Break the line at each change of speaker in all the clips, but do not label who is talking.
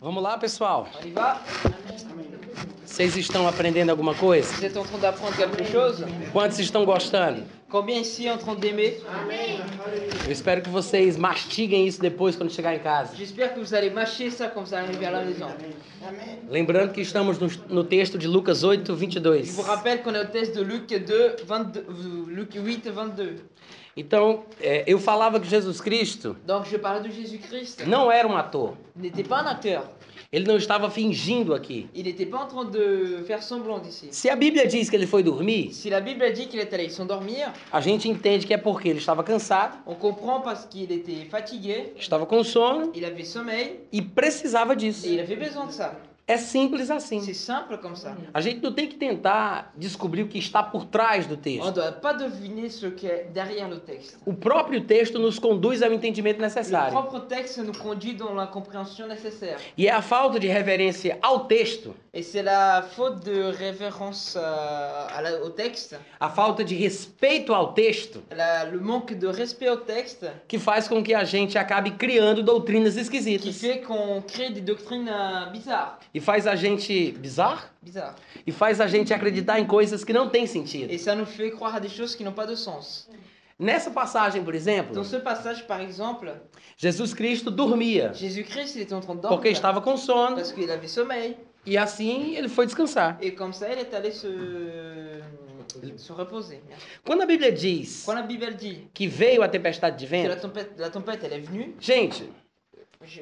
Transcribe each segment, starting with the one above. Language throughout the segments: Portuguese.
Vamos lá, pessoal.
On y va
Vocês estão aprendendo alguma coisa?
Vous êtes en train d'apprendre quelque chose
Quantos estão gostando?
Combien ici en train d'aimer
Eu espero que vocês mastiguem isso depois quando chegar em casa.
J'espère que vous allez mâcher ça quand vous arrivez à la maison.
Lembrando que estamos no, no texto de Lucas 8,
Je
22.
vous rappelle qu'on est au test de Luc 2, 22, euh, Luc 8, 22.
Então, é, eu falava que Jesus Cristo
Donc je parlais de Jésus-Christ.
não era um ator.
Il n'était pas un acteur.
Ele não estava fingindo aqui.
Il n'était pas en train de faire semblant d'ici.
Se a Bíblia diz que ele foi dormir,
Si la Bible a dit qu'il est allé s'endormir,
a gente entende que é porque ele estava cansado,
on comprend parce qu'il était fatigué,
estava com sono
il avait sommeil
e precisava disso.
et il avait besoin de ça.
É simples
C'est
assim.
simple comme ça.
A gente não tem que tentar descobrir o que está por trás do
On ne
texto.
doit pas deviner ce qu'est derrière le texte.
O próprio texto nos conduz ao entendimento
Le
necessário.
propre texte nous conduit dans la compréhension nécessaire.
E é a falta de reverência ao texto,
Et c'est la faute de révérence euh, à la- au texte,
a falta de respeito ao texto,
la- le manque de respect au texte,
que faz com que a gente acabe criando doutrinas
qui
esquisitas.
fait qu'on crée des doctrines euh, bizarres.
E faz a gente bizarro,
Bizarres.
e faz a gente acreditar em coisas que não têm sentido.
Et ça nous fait croire à des choses qui n'ont pas de sens.
Nessa passagem, por exemplo,
Dans ce passage, par exemple,
Jesus Cristo dormia
Jésus-Christ il était en train de
porque
dormir
estava com sono
parce qu'il avait sommeil.
e assim ele foi descansar.
Et comme ça, il est allé se, se reposer. Merci.
Quando a Bíblia diz
Quand la Bible dit
que veio a tempestade de
que la
vento,
tempête, la tempête elle est venue,
gente,
je-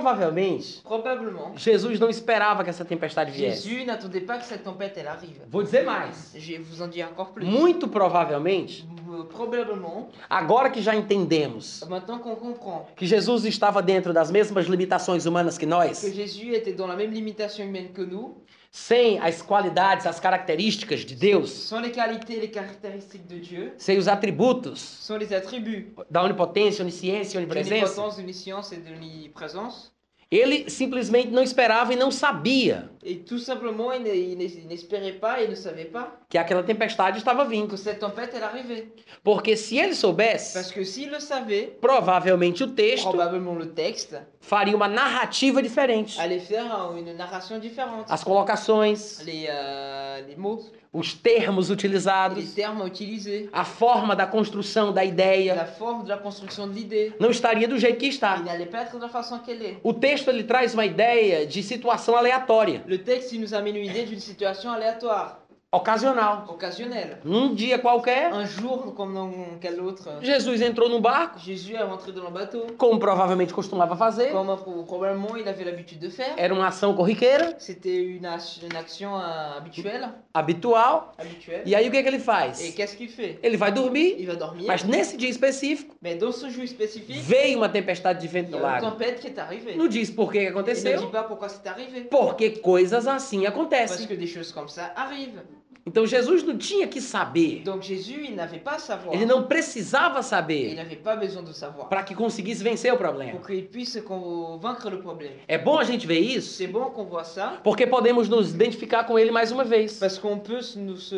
provavelmente
probablement,
Jesus não esperava que essa tempestade viesse.
Jésus n'attendait pas que cette tempête elle arrive.
Vou dizer mais.
Je vais vous en dire encore plus.
Muito provavelmente,
Euh, Probablement,
agora que já entendemos
maintenant qu'on comprend
que Jesus estava dentro das mesmas limitações humanas que
que
nós,
Jésus était dans la même limitation humaine que nous,
sem as qualidades, as características de Deus,
sans les qualités et les caractéristiques de Dieu,
sem os atributos
sans les attributs
da onipotência, onisciência,
de
onipresença,
l'omnipotence, de l'omniscience et de l'omniprésence,
ele simplesmente não esperava e não sabia
et tout simplement, il n'est- il n'est- il n'espérait pas et ne savait pas
que aquela tempestade estava vindo.
que cette tempête elle arrivait.
Porque se ele
Parce
soubesse,
que s'il le savait,
provavelmente o texto
probablement le texte
faria uma narrativa diferente.
allait faire euh, une narration différente.
As colocações,
Les, euh, les mots,
os termos
les
utilizados,
termes utilisés,
a forma da construção da ideia
la forme de la construction de l'idée,
não estaria do jeito que
il
está.
n'allait pas être de la façon qu'elle est.
O texto ele traz uma ideia de situação aleatória,
Le texte, il nous amène une idée d'une situation aléatoire,
ocasional.
occasionnelle.
Num dia qualquer,
Un jour, comme dans quel autre,
Jesus entrou num barco,
Jésus est rentré dans le bateau,
como provavelmente costumava fazer.
comme pro- probablement il avait l'habitude de faire.
Era uma ação corriqueira,
C'était une, ach- une action euh, habituelle.
habitual.
habituelle.
E aí o que é que ele faz?
Et qu'est-ce qu'il fait
Ele vai dormir,
Il va dormir,
mas nesse dia específico,
mais dans ce jour spécifique,
veio uma tempestade de vento no
il y a une
lago.
tempête qui est arrivée.
Não diz por que que
Il ne dit
aconteceu,
pas pourquoi c'est arrivé.
porque coisas assim
Parce
acontecem.
que des choses comme ça arrivent.
Então Jesus não tinha que saber.
Donc Jésus, il n'avait pas à savoir.
Ele não precisava
Il
saber
n'avait pas besoin de savoir.
para que conseguisse vencer o problema.
Pour qu'il puisse con- vaincre le problème.
É bom a gente ver isso,
C'est bon qu'on voit ça.
porque podemos nos identificar com ele mais uma vez.
Parce qu'on peut se- nous se...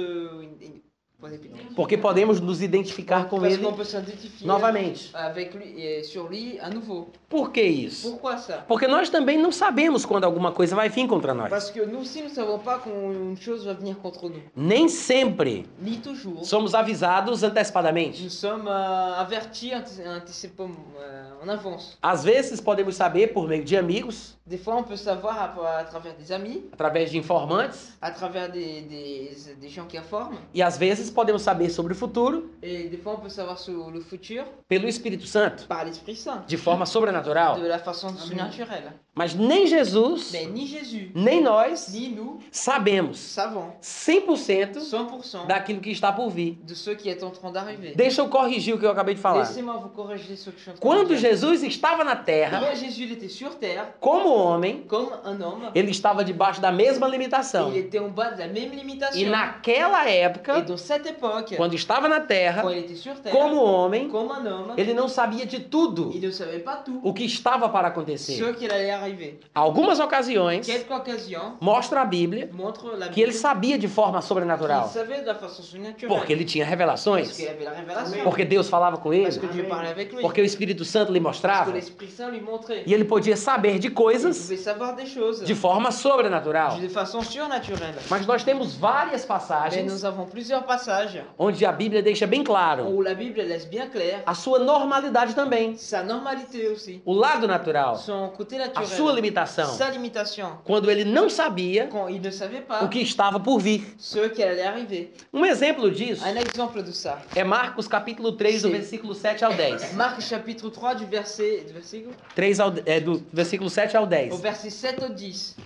Porque podemos nos identificar com
Parce
ele
qu'on peut s'identifier
novamente.
avec lui et sur lui à nouveau.
Por que isso?
Pourquoi ça
Porque nós também não sabemos quando alguma coisa vai vir contra nós.
Parce que nous aussi, nous ne savons pas qu'une chose va venir contre nous.
Nem sempre
Ni toujours.
somos avisados antecipadamente.
Nous sommes euh, avertis anti- anticipam- euh, en avance.
Às vezes podemos saber por meio de amigos,
Des fois, on peut savoir à, à travers des amis,
através de informantes,
à travers des, des, des gens qui informent.
e às vezes podemos saber sobre o futuro
Et des fois, on peut savoir sur le futur
pelo Espírito Santo,
par l'Esprit Saint,
de forma sobrenatural.
de la façon surnaturelle.
Mas nem Jesus,
Mais ni Jésus,
nem nós
ni nous
sabemos
savons
100%
100%
daquilo que está por vir.
de ce qui est en train d'arriver.
Deixa eu corrigir o que eu acabei de falar.
Laissez-moi vous corriger ce que je suis en train de
Quando
dire.
Jesus estava na terra,
Quand Jésus il était sur terre,
como homem,
comme un homme,
ele estava debaixo da mesma
il
limitação.
était en bas de la même limitation.
E naquela
Et
época,
dans cette époque,
quando estava na
quand
terra,
il était sur terre,
como homem,
comme un homme,
ele não sabia de tudo
il ne savait pas tout
o que estava para
ce
acontecer.
qu'il allait arriver.
Algumas ocasiões
Quelque occasion
mostra a Bíblia
montre la
que ele
Bible
sabia de forma
qu'il
sobrenatural,
savait de la façon surnaturelle.
porque ele tinha
Parce
revelações,
qu'il avait la révélation.
porque Deus falava com
Parce
ele,
que Dieu parlait avec lui.
porque o Espírito Santo lhe
Parce que
mostrava,
l'Esprit Saint lui montrait.
e ele podia saber de
Vous
coisas
pouvez savoir des choses
de forma sobrenatural.
de façon surnaturelle.
Mas nós temos várias
Mais
passagens
nous avons plusieurs passages
onde a Bíblia deixa bem claro
où la Bible laisse bien clair
a sua normalidade também,
sa normalité aussi,
o lado natural,
son côté
a sua
naturel,
limitação,
sa limitation,
quando ele não sabia
quand il ne savait
o
pas
que estava por vir.
ce qui allait arriver.
Um exemplo disso
Un exemple de ça.
é Marcos capítulo 3, do
né? Sim.
versículo 7 ao 10.
Marc chapitre 3 du verset, du verset-
3 ao, é, do versículo 7 ao
au
10.
verset 7 au 10.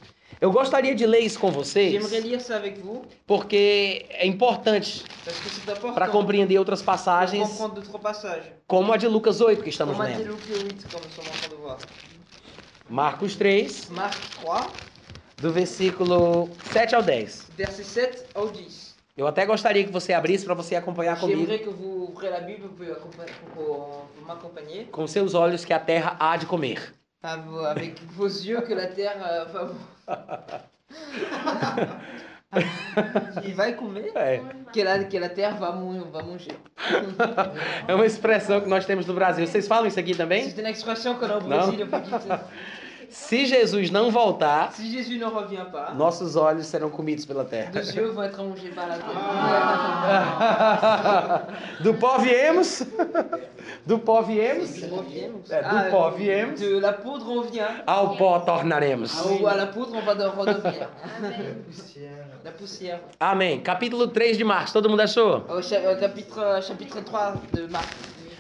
Eu gostaria de ler isso com vocês,
J'aimerais lire ça avec vous
porque é importante
parce que c'est
para
important
compreender outras
pour
passagens,
comprendre d'autres passages.
como a de Lucas 8 que estamos
Comme a dit
lendo.
Luc 8, comme nous sommes en train de voir.
Marcos 3,
Marc 3,
do versículo 7 ao 10.
verset 7 au 10.
Eu até gostaria que você abrisse para você acompanhar comigo,
J'aimerais que vous ouvrez la Bible pour, accompa- pour- pour m'accompagner
com seus olhos que a terra há de comer.
Ah, vous- avec vos yeux que la terre euh, va vous- Il va couler,
É,
que la, que la terre va, mou- va manger.
é uma expressão que nós temos no Brasil. Vocês falam isso aqui também?
C'est une expression qu'on a au
Non.
Brésil. on peut quitter.
Se Jesus não voltar,
Si Jésus ne revient pas,
nossos olhos serão comidos pela terra.
nos yeux vont être mangés par la terre.
Ah.
Ah.
Do pó viemos, do pó viemos, É, do
Ah,
pó viemos.
De la poudre on vient.
ao pó tornaremos.
Ou à la poudre on va de redevenir.
Poussière.
La poussière.
Amém. Capítulo 3 de Marcos, todo mundo achou?
Au cha- au chapitre, chapitre 3 de Marc.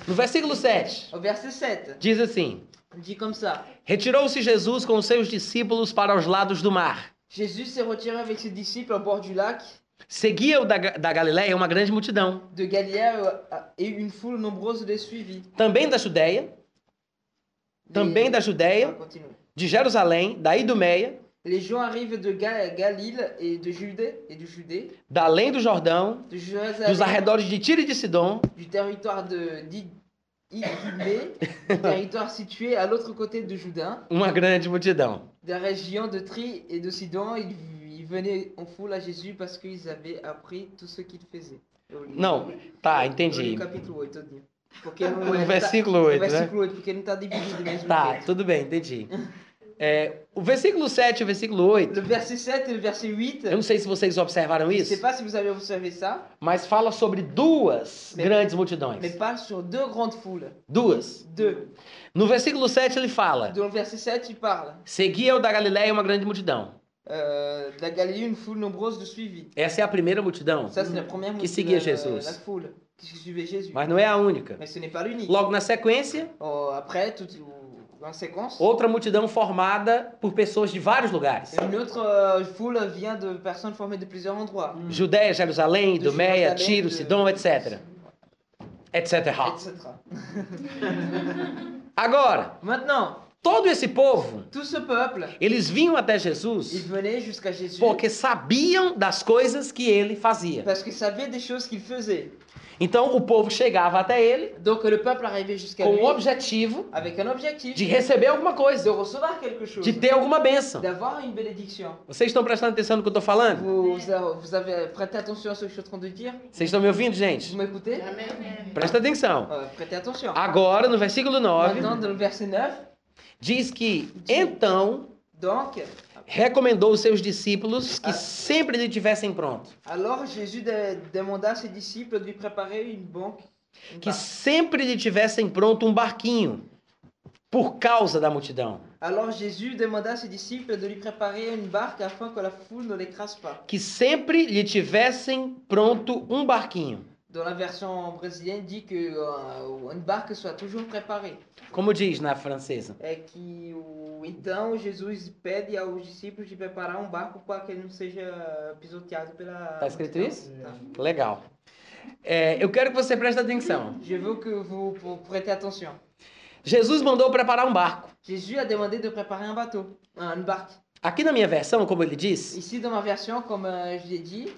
No versículo 7,
Au verset 7,
diz assim:
il dit comme ça.
Retirou-se Jesus com os seus discípulos para os lados do mar.
Jésus s'est retiré avec ses disciples au bord du lac
Seguia-o da, Ga- da Galiléia uma grande multidão,
de Galilée euh, et une foule nombreuse les suivit.
também da Judéia, também
Les-
da
Ah,
Judéia,
continue.
de Jerusalém, da Idumeia,
Les gens arrivent de Ga- Galilée et de Judée et de Judée,
da além do Jordão,
de
dos
Jérusalem,
arredores de Tiro e de Sidom,
du territoire de d'I- Idumée, territoire situé à l'autre côté de Jourdain,
uma grande multidão.
des régions de Tri et de Sidon. Ils, ils venaient en foule à Jésus parce qu'ils avaient appris tout ce qu'il faisait.
Não, tá,
No
entendi.
capítulo 8, eu digo. Porque não
No
é-
versículo
tá,
8,
no
né?
versículo 8, porque não está dividido do mesmo
Tá,
jeito.
tudo bem, entendi. É, o versículo 7 e o versículo 8,
Le verset 7 et le verset 8,
eu não sei se vocês observaram
je ne
isso.
sais pas si vous avez observé ça,
mas fala sobre duas
Bem-
grandes
mais
multidões.
parle sur deux grandes foules.
Duas.
Deux.
No versículo 7 ele fala:
Dans le verset 7, il parle
Seguia-o da Galiléia uma grande multidão.
euh, de la Galilée, une foule nombreuse de suivi.
Essa é a primeira multidão,
Ça, c'est la première
Qui
multitude,
seguia
la-
Jesus.
La foule qui suivait Jésus.
mas não é a é única.
Mais ce n'est pas l'unique.
Logo na sequência,
Oh, après, tout, en séquence,
outra multidão formada por pessoas de vários lugares:
une autre euh, foule vient de personnes formées de plusieurs endroits.
Judéia, Jerusalém,
De
Idumeia,
Jerusalém,
Tiro,
de-
Sidom, etc. Etc.
Etc.
Agora,
Maintenant,
todo esse povo,
tout ce peuple,
eles vinham até
ils
Jesus
venaient jusqu'à Jésus
porque sabiam das coisas que ele fazia.
parce qu'ils savaient des choses qu'il faisait.
Então o povo chegava até ele
Donc le peuple arrivait jusqu'à
com
lui
o objetivo
avec un objectif
de receber alguma
de
coisa,
recevoir quelque chose,
de ter alguma bênção.
d'avoir une bénédiction.
Vocês estão prestando atenção no que eu estou falando?
Vous, vous a- vous avez prêté attention à ce que je suis en train de dire
Vocês estão me ouvindo,
Vous
gente?
m'écoutez
Presta atenção.
Euh, Prêtez attention.
Agora, no versículo 9,
Maintenant, dans le verset 9,
diz que então
donc,
recomendou aos seus discípulos que sempre lhe tivessem pronto,
alors Jésus de- demanda à ses disciples de lui préparer une banque. une
que
barque.
sempre lhe tivessem pronto um barquinho por causa da multidão,
Alors Jésus demanda à ses disciples de lui préparer une barque afin que la foule ne l'écrase pas.
que sempre lhe tivessem pronto um barquinho.
Dans la version brésilienne, dit que euh, une barque soit toujours préparée.
Como diz na francesa.
é que o então Jesus pede aos discípulos de preparar um barco para que ele não seja uh, pisoteado pela.
Tá escrito isso?
Tá.
Legal. É, eu quero que você preste atenção.
Je veux que vous vous prêtez attention.
Jesus mandou preparar um barco.
Jésus a demandé de préparer un bateau, un- une barque.
Aqui na minha versão, como ele diz,
Ici, dans ma version, comme euh, je l'ai dit,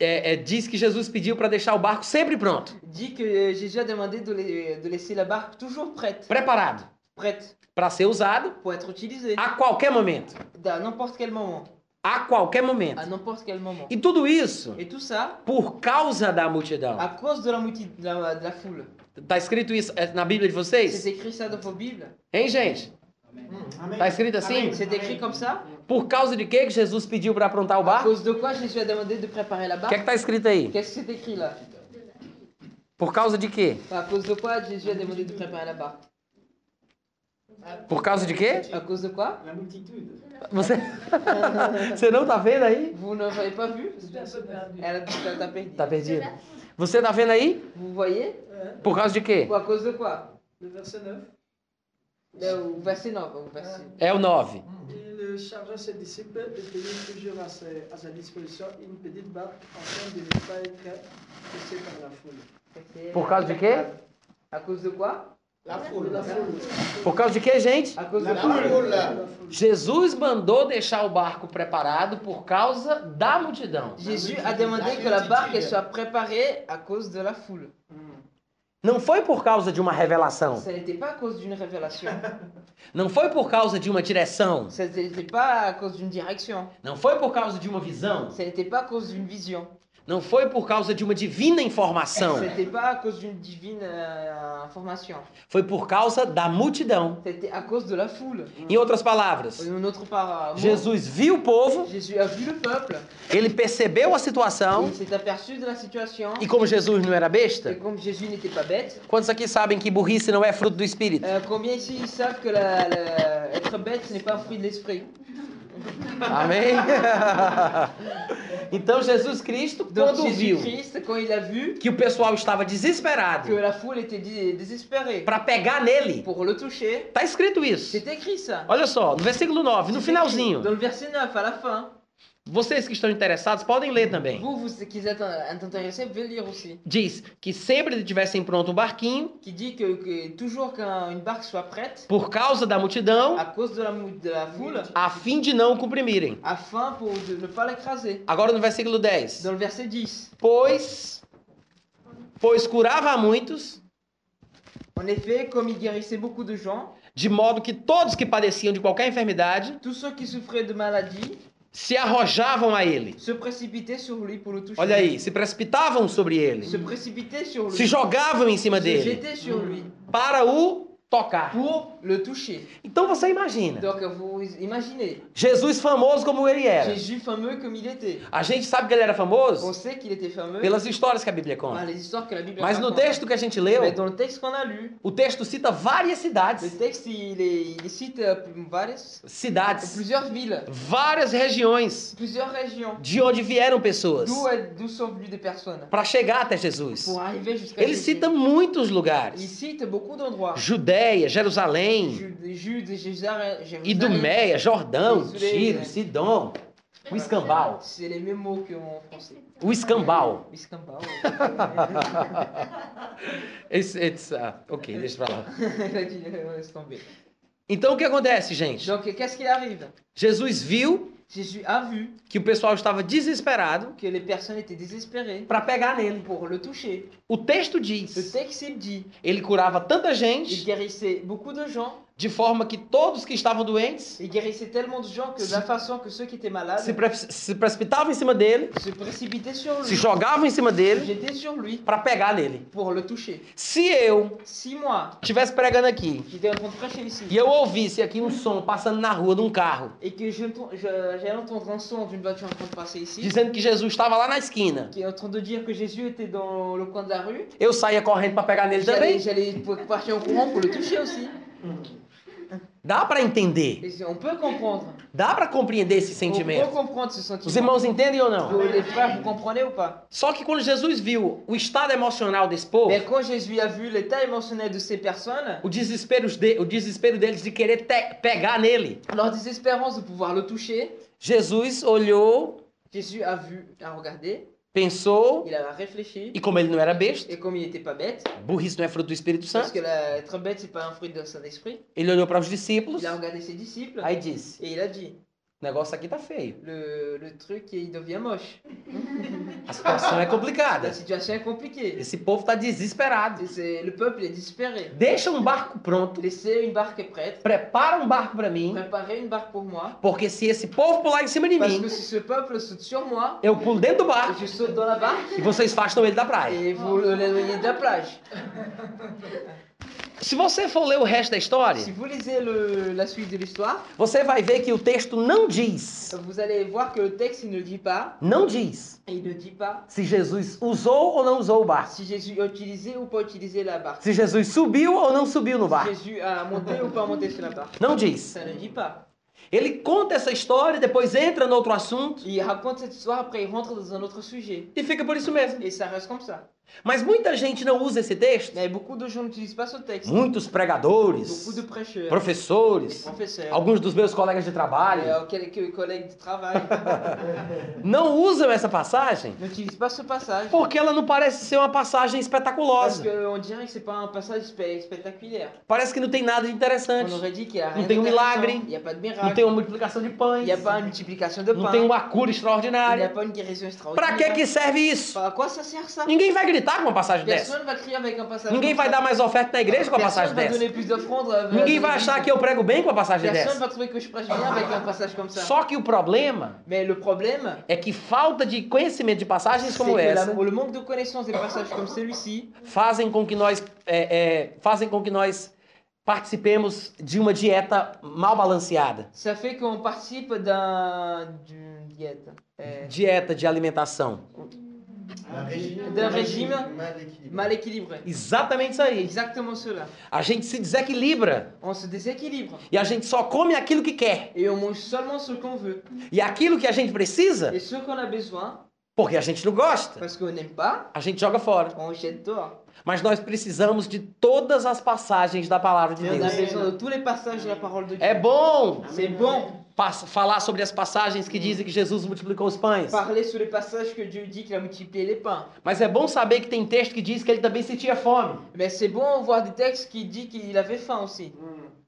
é- é, diz que Jesus pediu para deixar o barco sempre pronto,
dit que euh, Jésus a demandé de, la- de laisser la barque toujours prête,
preparado
prête
para ser usado
pour être utilisée
a qualquer momento,
à n'importe quel moment,
a qualquer
à
momento.
n'importe quel moment.
E tudo isso
Et tout ça
por causa da multidão.
à cause de la, multi- de la, de la foule.
Tá escrito isso é, na Bíblia de vocês?
C'est écrit ça dans vos Bibles.
Hein, gente? Tá escrito assim?
C'est écrit comme ça
Por causa de que que Jesus pediu para aprontar o
À
barco?
cause de quoi Jésus a demandé de préparer la
O que é que
barque
tá escrito aí?
Qu'est-ce que c'est écrit là
Por causa de quê?
À cause de quoi Jésus a demandé de préparer la barque
Por causa de quê?
À cause de quoi
La multitude.
Você, você não tá vendo aí?
Vous ne l'avez pas vu
J'étais un peu perdu.
Elle a t'a perdu.
Tá perdido. Você tá vendo aí?
Vous voyez
Por causa de quê?
Ou à cause de quoi Ben,
Le verset 9.
Là, Au verset 9. Au verset.
É o 9.
Il chargea ses disciples de payer toujours à, ses- à sa disposition une petite barque afin de ne pas être poussé par la foule.
Ok.
Por causa de quê?
À cause de quoi
La foule.
La foule.
Por causa de quê, gente?
À cause
La
de quoi
foule.
La foule.
Jesus mandou deixar o barco preparado por causa da multidão.
Jésus a demandé que la barque elle soit préparée à cause de la foule.
Não foi por causa de uma revelação.
Ça n'était pas à cause d'une révélation.
Não foi por causa de uma direção.
Ça n'était pas à cause d'une direction.
Não foi por causa de uma visão.
Ça n'était pas à cause d'une vision.
Não foi por causa de uma divina informação.
Ça n'était pas à cause d'une divine euh, information.
Foi por causa da multidão.
C'était à cause de la foule. Euh,
Em outras palavras,
Une autre par
Jesus viu o povo,
Jésus a vu le peuple.
ele percebeu a situação
Il s'est aperçu de la situation.
e como Jesus não era
Et
besta,
comme Jésus n'était pas bête,
quantos aqui sabem que burrice não é fruto do espírito?
euh, combien ici ils savent que la- la- être bête ce n'est pas un fruit de l'esprit
Amém? Então Jesus Cristo,
Donc
quando viu
Jésus-Christ, quand il a vu
que o pessoal estava
que
desesperado
la foule était dés- désespérée
para pegar nele,
pour le toucher,
tá escrito isso.
c'est écrit ça.
Olha só, no versículo 9, no
C'est écrit
finalzinho.
Dans le verset 9, à la fin,
Vocês que estão interessados podem ler também.
vous, vous qui êtes euh, intéressés, vous pouvez lire aussi.
Diz que sempre tivessem pronto um barquinho,
Qui dit que, que toujours quand une barque soit prête,
por causa da multidão,
à cause de la, mou- de la foule,
a fim de não o comprimirem.
afin pour de ne pas l'écraser.
Agora no versículo 10.
Dans le verset 10,
Pois pois curava a muitos,
en effet, comme il guérissait beaucoup de gens,
de modo que todos que padeciam de qualquer enfermidade
tous ceux qui souffraient de maladies
se arrojavam a ele.
se précipitaient sur lui pour le toucher.
Olha aí, se precipitavam sobre ele,
Se précipitaient sur lui.
se jogavam em cima
se
dele
jetaient sur lui
para o tocar.
pour le toucher.
Então você imagina,
Donc vous imaginez,
Jesus famoso como ele era.
Jésus fameux comme il était.
A gente sabe que ele era
On
famoso
sait qu'il était fameux
pelas histórias que a Bíblia
par
conta.
les histoires que la Bible
Mas no
raconte.
texto que a gente
Mais
leu,
dans le texte qu'on a lu,
o texto cita várias
le
cidades,
texte il, est- il cite euh, various-
cidades,
plusieurs villes,
várias regiões
plusieurs régions,
de onde vieram pessoas
d'où est- d'où sont venues des personnes
para chegar até Jesus.
pour arriver jusqu'à
Ele
Jésus.
cita muitos
Il
lugares:
cite beaucoup d'endroits.
Judéia, Jerusalém,
Jude, Jude, Jérusalem, Jérusalem.
Idumeia, Jordão,
Isso aí,
Tiro,
né?
Sidom, o escambau.
C'est les mêmes mots qu'en français.
O escambau.
Escambau.
It's, it's, ah, ok, deixa pra lá.
Il a dit, euh, laisse tomber.
Então o que acontece, gente?
Donc, qu'est-ce qu'il arrive
Jesus viu
Jésus a vu
que o pessoal estava desesperado
que les personnes étaient désespérées
para pegar nele.
pour le toucher.
O texto
Le
diz:
texte, il dit,
ele curava tanta
il
gente
guérissait beaucoup de gens,
de forma que todos que estavam doentes
il guérissait tellement de gens que de la façon que ceux qui étaient malades
se, pre- se precipitavam em cima dele,
se précipitaient sur
se
lui,
jogavam em cima dele
j'étais sur lui
para pegar nele.
pour le toucher.
Se eu
Si moi,
estivesse pregando aqui
j'étais en train de prêcher ici,
e eu ouvisse aqui um som passando na rua de um carro
et que je me- je- j'allais entendre un son d'une voiture en train de passer ici,
dizendo que Jesus estava lá na esquina,
qui est en train de dire que Jésus était dans le coin de la rue,
eu saía correndo para pegar nele também.
j'allais j'allais partir en courant pour le toucher aussi.
Dá para entender,
Et on peut comprendre.
dá para compreender esse
On
sentimento.
peut comprendre ce
Os
sentiment.
irmãos entendem ou não?
Vous, les frères, vous comprenez ou pas
Só que quando Jesus viu o estado emocional desse povo,
Mais quand Jésus a vu l'état émotionnel de ces personnes,
o desespero, de- o desespero deles de querer te- pegar nele,
leur désespérance de pouvoir le toucher,
Jesus olhou,
Jésus a vu, a regardé,
pensou,
il a réfléchi,
e como ele não era besta,
et comme il n'était pas bête,
burrice não é fruto do Espírito
parce
Santo,
que la- être bête, c'est pas un fruit de Saint-Esprit,
ele olhou para os discípulos,
il a regardé ses disciples,
aí disse:
et il a dit,
O negócio aqui tá feio,
le, le truc, il devient moche.
a situação é complicada,
La situation est compliquée.
esse povo tá desesperado.
Et c'est- le peuple est désespéré.
Deixa um barco pronto,
Laissez une barque prête,
prepara um barco para mim,
préparez une barque pour moi,
porque se esse povo pular em cima de
parce
mim,
que si ce peuple saute sur moi,
eu pulo dentro do barco
je saute dans la barque,
e vocês afastam ele da praia.
et vous l'éloignez de la plage.
Se você for ler o resto da
Si
história,
vous lisez le- la suite de l'histoire,
você vai ver que o texto não diz,
vous allez voir que le texte il ne dit pas,
não diz
il ne dit pas
se Jesus usou ou não usou o barco.
si Jésus a utilisé ou pas utilisé la barque,
Se Jesus subiu ou não subiu no
si
barco.
Jésus a monté ou pas monté sur la barque.
Não diz.
Ça ne dit pas.
Ele conta essa história, depois entra no outro assunto
Il raconte cette histoire, après il rentre dans un autre sujet.
e fica por isso mesmo.
Et ça reste comme ça.
Mas muita gente não usa esse texto.
Mais beaucoup de gens n'utilisent pas ce texte.
Muitos pregadores,
Beaucoup de prêcheurs,
professores,
professeurs,
alguns dos meus colegas de trabalho
euh, quelques collègues de travail
não usam essa passagem
n'utilisent pas ce passage.
porque ela não parece ser uma passagem
Parce
espetaculosa.
qu'on dirait que c'est pas un passage spé- spectaculaire.
Parece que não tem nada de
On
interessante.
aurait dit qu'il n'y a rien
Não tem um
d'intéressant.
milagre.
Il n'y a pas de
Não tem
miracle.
uma multiplicação de
Il
pães.
n'y a pas une multiplication de
Não
pain.
tem uma cura
Il n'y a
extraordinária.
pas une guérison
Pra
extraordinaire.
que que serve isso?
À quoi ça sert ça
Ninguém vai gritar com uma passagem dessa.
Personne va crier avec un passage.
Ninguém
comme
vai dar
ça.
mais oferta na igreja com uma
Personne
passagem
va
dessa.
donner plus d'offrandes. euh,
Ninguém
euh,
vai achar que eu prego bem com uma passagem
Personne
dessa.
va trouver que je prêche bien avec un passage comme ça.
Só que o problema
Mais le problème,
é que falta de conhecimento de passagens
Ah, c'est
como
que la-
essa
le manque de connaissance des passages comme celui-ci
fazem com que nós é, é, fazem com que nós participemos de uma dieta mal balanceada.
Ça fait qu'on participe d'un d'une diète, euh,
Dieta de alimentação.
Um regime,
D'un régime
mal équilibré.
mal équilibrée.
Exatamente isso aí.
Exactement cela.
A gente se desequilibra
On se déséquilibre
e a gente só come aquilo que quer.
et on mange seulement ce qu'on veut.
E aquilo que a gente precisa,
Et ce qu'on a besoin,
porque a gente não gosta,
parce qu'on n'aime pas,
a gente joga fora.
on jette dehors.
Mas nós precisamos de todas as passagens da palavra de
Et Eh ben, on a
Deus.
besoin de tous les passages de la parole de Dieu.
É bom
C'est bon
pas- falar sobre as passagens que dizem que Jesus multiplicou os pães.
parler sur les passages que Dieu dit qu'il a multiplié les pains.
Mas é bom saber que tem texto que diz que ele também sentia fome.
Mais c'est bon voir des textes qui dit qu'il avait faim aussi.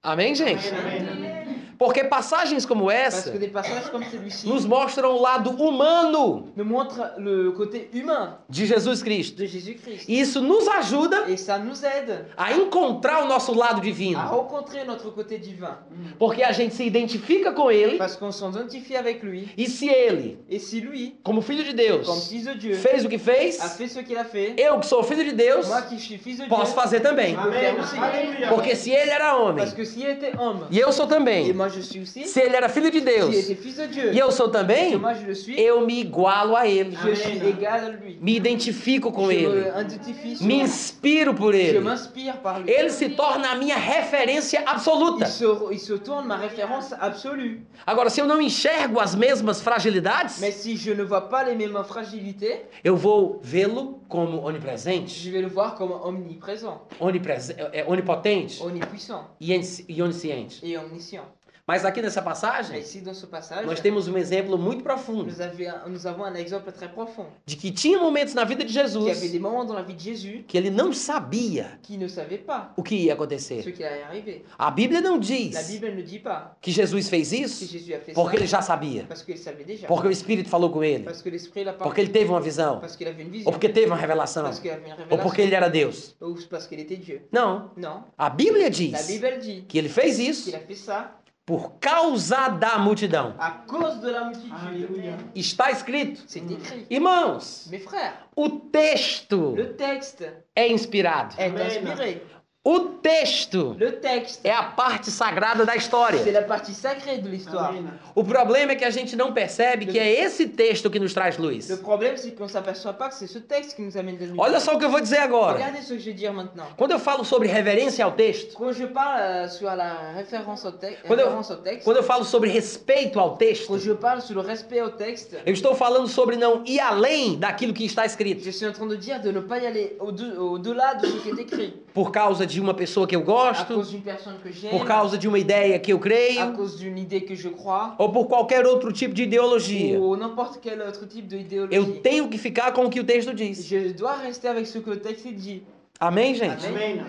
Amém, gente?
Amém.
Porque passagens como
Parce
essa
que des passages comme celui-ci
nos mostram o lado humano
nous montrent le côté humain
de Jesus Cristo.
de Jésus-Christ.
E isso nos ajuda
Et ça nous aide
a encontrar o nosso lado
à
divino.
rencontrer notre côté divin.
Porque a gente se identifica com ele
Parce qu'on s'identifie avec lui.
e se ele,
Et si lui,
como filho de
comme
Deus,
fils de Dieu,
fez o que fez,
a fait ce qu'il a fait,
eu que sou filho de Deus,
moi qui suis fils de
posso
Dieu,
fazer também.
Amém.
Amém.
Aleluia.
Porque se ele era homem
parce que s'il était homme,
e eu sou
et
também,
moi je suis aussi,
se ele era filho de Deus
s'il était fils de Dieu,
e eu sou
et
também,
moi je le suis,
eu me igualo a ele,
je suis égal à lui.
me identifico com
je
ele,
me identifie sur
me
lui.
inspiro por
Je
ele.
m'inspire par lui.
Ele se torna a minha referência absoluta.
Il se, il se tourne ma référence absolue.
Agora, se eu não enxergo as mesmas fragilidades,
Mais si je ne vois pas les mêmes fragilités,
eu vou vê-lo como onipresente,
je vais le voir comme omniprésent,
onipresen- é, é, onipotente
omnipuissant
e onici- e onisciente.
et omniscient.
Mas aqui nessa
Mais
passagem,
ici, dans ce passage,
nós temos um exemplo muito profundo
nous, avez un- nous avons un exemple très profond.
de que tinha momentos na vida de
Il y avait des
Jesus
moments dans la vie de Jésus
que ele não sabia
qui ne savait pas
o que ia
ce
acontecer.
qui allait arriver.
A Bíblia não
La
diz
Bible elle ne dit pas
que Jesus fez
que
isso
Jésus a fait
porque ele
ça
já sabia,
parce qu'il savait déjà.
porque o Espírito falou com ele,
Parce que l'esprit l'a
porque
parlé.
ele teve uma visão,
Parce qu'il avait une
ou
vision.
porque teve uma revelação,
Parce qu'il avait une
ou porque
révélation.
ele era Deus.
Ou parce qu'il était Dieu.
Não.
Non.
A Bíblia
La
diz
Bible elle dit
que ele fez
qu'il
isso
a fait ça
por causa da multidão.
à cause de la multitude.
Alléluia.
Está escrito.
C'est écrit.
Irmãos,
Mes frères,
o texto
le texte
é inspirado.
est
Amen.
inspiré.
O texto
Le texte,
é a parte sagrada da
c'est
história.
la partie sacrée de l'histoire.
Amen.
O problema é que a gente não percebe que é esse texto que nos traz luz.
Le problème, c'est qu'on ne s'aperçoit pas que c'est ce texte qui nous amène de
Olha
lumière.
só o que eu vou dizer agora.
Regardez ce que je vais dire maintenant.
Quando eu falo sobre reverência ao texto,
Quand je parle euh, sur la référence au, texte,
Quando eu-
référence au texte,
quando eu falo sobre respeito ao texto,
quand je parle sur le respect au texte,
eu estou falando sobre não ir além daquilo que está escrito.
je suis en train de dire de ne pas y aller au-de- au-delà de ce qui est écrit.
Por causa de uma pessoa que eu
À
gosto,
cause d'une personne que j'aime,
por causa de uma ideia que eu
à
creio
cause d'une idée que je crois,
ou por qualquer outro tipo de ideologia.
ou n'importe quel autre type
Eu
d'idéologie.
tenho que ficar com o que o texto diz.
Je dois rester avec ce que le texte dit.
Amém, gente?
Amém.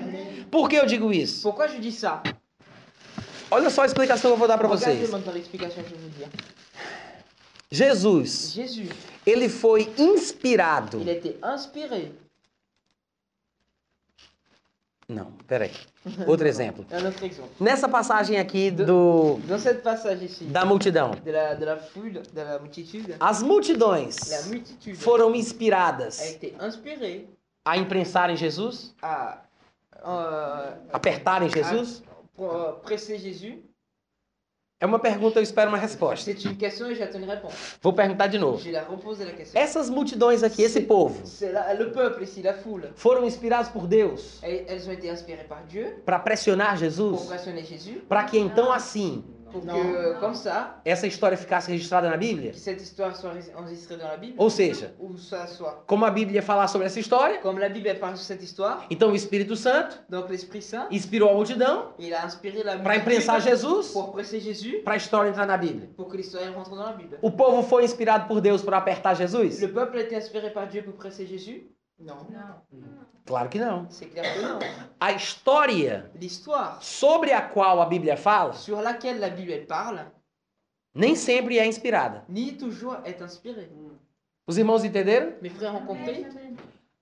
Por que eu digo isso?
Pourquoi je dis ça
Olha só a explicação que eu vou dar para
Regardez
vocês.
maintenant l'explication que je vais vous dire.
Jesus,
Jésus,
ele foi inspirado.
il a été inspiré.
Não, peraí. Outro exemplo.
Un autre exemple.
Nessa passagem aqui do
Dans cette passage ici,
da multidão.
de la, de la foule, de la multitude,
As multidões
la multitude
foram
a
inspiradas
été inspirée
a imprensar em Jesus,
à, euh,
Apertarem Jesus?
pour, euh, presser Jésus
É uma pergunta, eu espero uma resposta.
C'est une question et j'attends une réponse.
Vou perguntar de novo.
Je la repose la question.
Essas multidões aqui, esse povo,
C'est la- le peuple ici, la foule.
foram inspirados por Deus
Elles, elles ont été inspirées par Dieu
para pressionar
pour
Jesus?
pressionner Jésus,
Para que então, assim,
pour
Non.
que, comme ça,
essa história ficasse registrada na Bíblia?
que cette histoire soit enregistrée dans la Bible,
Ou seja,
ou ça soit.
como a Bíblia fala sobre essa história,
Comme la Bible elle parle de cette histoire,
então o Espírito Santo
donc l'Esprit Saint,
inspirou a multidão
il a inspiré la
para imprensar
multitude
Jesus,
pour presser Jésus,
para a história entrar na Bíblia.
pour que l'histoire elle rentre dans la Bible.
O povo foi inspirado por Deus para apertar Jesus?
Le peuple a été inspiré par Dieu pour presser Jésus Non,
Não.
Claro que não.
c'est clair que non.
A história
L'histoire
sobre a qual a Bíblia fala
sur laquelle la Bible elle parle,
nem sempre é inspirada.
ni toujours est inspirée.
Os irmãos entenderam?
Mes frères ont compris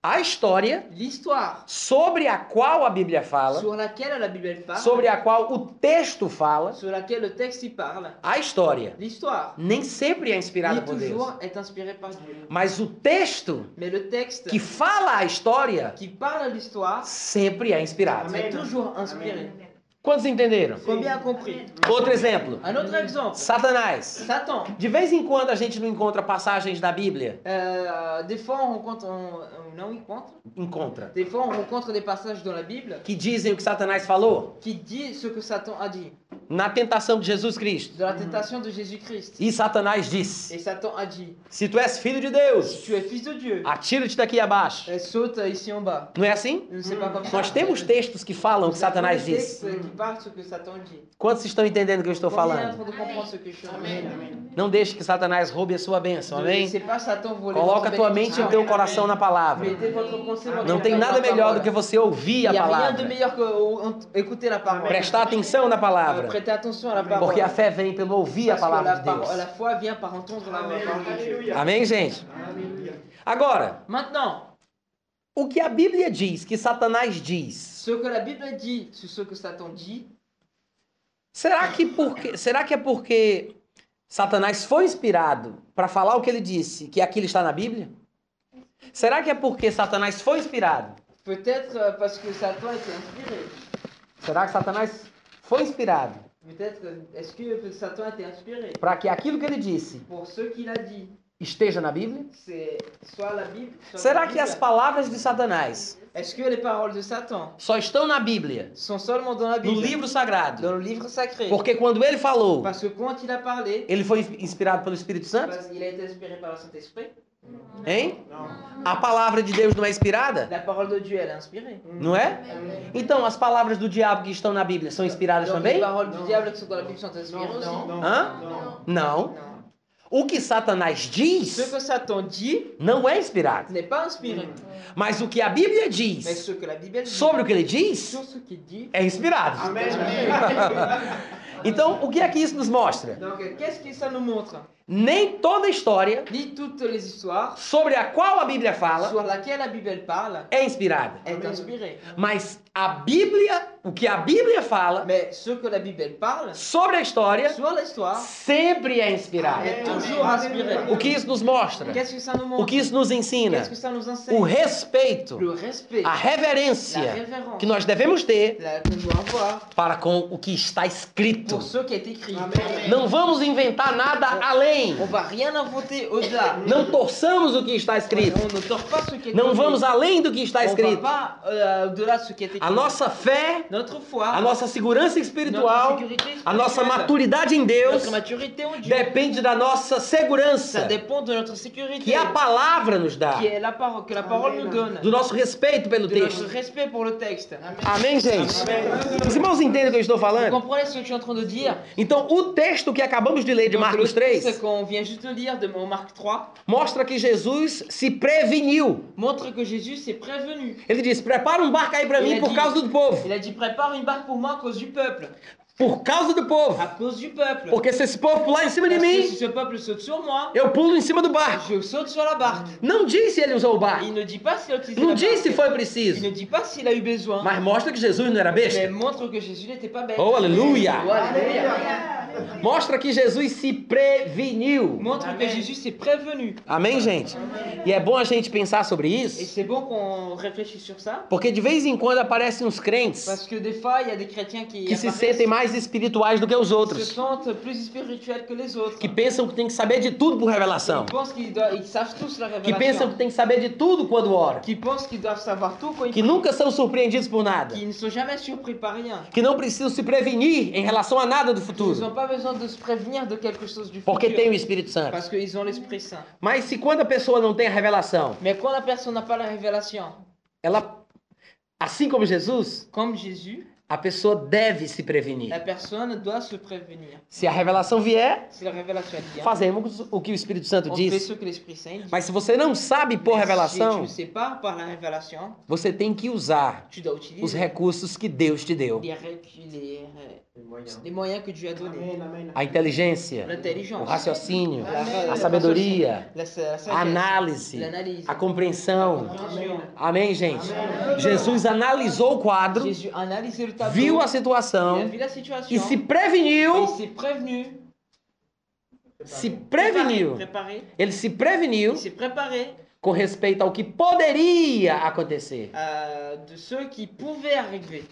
A história
L'histoire
sobre a qual a Bíblia fala,
sur laquelle la Bible elle parle,
sobre a qual o texto fala,
sur laquelle le texte y parle,
a história
l'histoire,
nem sempre é inspirada
ni
por Deus.
toujours est inspirée par Dieu.
Mas o texto
Mais le texte
que fala a história
qui parle de l'histoire
sempre é inspirado.
est toujours inspiré.
Quantos entenderam?
Combien a compris
Outro exemplo:
Un autre exemple,
Satanás.
Satan.
De vez em quando a gente não encontra passagens da Bíblia.
Euh, des fois, on rencontre, on- on- non, il compte.
Encontra.
Des fois, on rencontre des passages dans la Bible
Que dizem o que Satanás falou
qui disent ce que Satan a dit
na tentação de Jesus Cristo.
de la tentation de Jésus-Christ.
E Satanás disse:
Et Satan a dit
Se tu és filho de Deus,
Tu es fils de Dieu.
atira-te daqui abaixo.
Elle saute ici en bas.
Não é assim?
Je ne sais pas comme ça.
Nós temos textos que falam o que
Vous avez
Satanás
tous les
disse.
textes qui parlent ce que Satan dit.
Quantos estão entendendo o que eu estou
Combien est
falando?
en train de comprendre ce que je suis en train de dire
Não deixe que Satanás roube a sua bênção, amém?
C'est pas Satan voler
Coloca a
votre
tua mente
bénédiction.
e o teu coração na palavra.
Mettez votre pensée dans
Não
la
tem nada
parole.
melhor do que você
Il n'y
ouvir a
a rien de
palavra.
meilleur que ou- ent- écouter la parole.
Prestar atenção na
Euh,
palavra.
Prêtez attention à la parole.
Porque a fé vem pelo ouvir a
Parce que
palavra
la,
de
parole- la
Deus.
foi vient par entendre la la parole de Dieu.
Amém, gente? Agora,
Maintenant,
o que a Bíblia diz, que Satanás diz,
ce que la Bible dit sur ce que Satan dit,
será que, porque, será que é porque Satanás foi inspirado para falar o que ele disse, que aquilo está na Bíblia? Será que é porque Satanás foi inspirado?
peut-être euh, parce que Satan était inspiré.
Será que Satanás foi inspirado
Peut-être, euh, est-ce que Satan était inspiré
para que aquilo que ele disse
Pour ce qu'il a dit,
esteja na Bíblia?
c'est soit la Bible, soit la
Será que
Bible.
as palavras de Satanás
Est-ce que les paroles de Satan
só estão na Bíblia,
sont seulement dans la
no
Bible,
livro sagrado?
dans le livre sacré
Porque quando ele falou,
Parce que quand il a parlé,
ele foi inspirado pelo Espírito Santo?
parce qu'il a été inspiré par le Saint-Esprit,
Hein?
Não.
A palavra de Deus não é inspirada?
la parole de Dieu, elle est inspirée.
Não é? Então, as palavras do diabo que estão na Bíblia são inspiradas
Donc,
também?
Les paroles du
Non.
diable qui sont dans la Bible sont inspirées aussi.
Não.
Hein?
Hã?
Não.
Não.
Non.
O que Satanás
Ce
diz
que Satan dit
não é inspirado.
n'est pas inspiré.
Mas o que a Bíblia
Mais
diz
ce que la Bible elle dit,
sobre o que ele diz
sur ce qu'il dit,
é inspirado.
Amém.
Então, o que é que isso nos mostra?
donc euh, qu'est-ce que ça nous montre
Nem toda história
Ni toutes les histoires
sobre a qual a Bíblia fala
sur laquelle la Bible elle parle
é inspirada.
est
Amen.
inspirée.
Mas a Bíblia, o que a Bíblia fala
Mais ce que la Bible elle parle
sobre a história
sur l'histoire
sempre é inspirado.
est toujours inspirée.
O que isso nos mostra?
Qu'est-ce que ça nous
O
montre
que isso nos ensina?
Qu'est-ce que ça nous
O
enseigne
respeito,
Le respect,
a
la
reverência
révérence
que nós devemos ter
la- qu'on doit avoir
para com o que está escrito.
pour ce qui est écrit.
Não vamos inventar nada além.
On va rien inventer au-delà.
Não torçamos o que está escrito.
On ne tord pas ce qui est
Não
écrit.
vamos além do que
On
está
ne
escrito.
va pas euh, au-delà de ce qui est écrit.
A nossa fé,
notre foi,
a nossa segurança
notre
espiritual,
sécurité
a nossa
spirituelle,
maturidade em Deus
notre maturité en Dieu,
depende da nossa
ça
segurança
dépend de notre sécurité
que a palavra nos dá,
qui est la parole que la parole nous donne,
do nosso respeito pelo
de notre
texto.
respect pour le texte.
Amém, gente? Os irmãos entendem o que eu estou
Vous
falando?
comprenez ce que je suis en train de dire
Então, o texto que acabamos de ler de
Donc,
Marcos
le texte
3
qu'on vient juste de lire de mon Marc 3
mostra que Jesus se preveniu.
montre que Jésus s'est prévenu.
Ele disse: Prepara um barco aí para
Ele
mim por
diz-
causa do povo.
Il a dit prépare une barque pour moi à cause du peuple,
Por causa do povo.
à cause du peuple.
Porque se esse povo pular em cima de
Parce que
mim,
si ce peuple saute sur moi,
eu pulo em cima do barco.
je saute sur la barque.
Não disse ele usou o barco.
Il ne dit pas s'il a utilisé
Não
la barque.
disse se foi
Il ne
preciso.
dit pas s'il a eu besoin.
Mas mostra que Jesus não era
Mais
besta.
montre que Jésus n'était pas bête.
Oh, aleluia!
Oh, alléluia.
Mostra que Jesus se preveniu.
Montre que
Amen.
Jésus s'est prévenu.
Amém, gente? E é bom a gente pensar sobre
Et
isso,
c'est bon qu'on réfléchisse sur ça.
porque de vez em quando aparecem uns crentes
Parce que des fois, il y a des chrétiens qui,
que se
apparaissent,
sentem mais espirituais do que os
qui se
outros,
sentent plus spirituels que les autres.
que pensam que tem que saber de tudo por revelação,
Ils pensent qu'ils doivent- ils savent tous la
que pensam que
révélation.
tem que saber de tudo quando ora,
Qui pensent qu'ils doivent savoir tout quand ils
que nunca são surpreendidos por nada,
qui ne sont jamais surpris par rien.
que não precisam se prevenir em relação a nada do
Ils n'ont
futuro,
pas besoin de se prévenir de quelque chose du
porque tem
futur.
o Espírito Santo.
Parce qu'ils ont l'Esprit Saint.
Mas se quando a pessoa não tem a revelação,
Mais quand la personne n'a pas la révélation,
ela, assim como Jesus,
comme Jésus,
a pessoa deve se
la
prevenir.
personne doit se prévenir.
Se a revelação vier,
Si la révélation est bien,
fazemos o que o Espírito Santo
on fait
diz.
ce que l'Esprit Saint dit.
Mas se você não sabe por
Mais
revelação,
Si tu ne sais pas par la révélation,
você tem que usar
tu dois
os
utiliser
recursos que Deus te deu.
les, ré- les, ré-
Amém,
les moyens Ah que Dieu a donnés.
amém.
A inteligência, o
L'intelligence,
raciocínio,
la-
a sabedoria,
la, sa- la sagesse,
a análise,
l'analyse,
a compreensão.
compréhension.
Amém, gente? Jesus analisou o quadro,
Jésus a analysé le tableau,
viu a
il a
situação
vu la
e
situation,
se
et
preveniu.
il s'est prévenu,
Se
tá
preveniu.
préparé,
Ele se preveniu
il s'est préparé
com respeito ao que poderia acontecer.
euh, de ceux qui pouvaient arriver.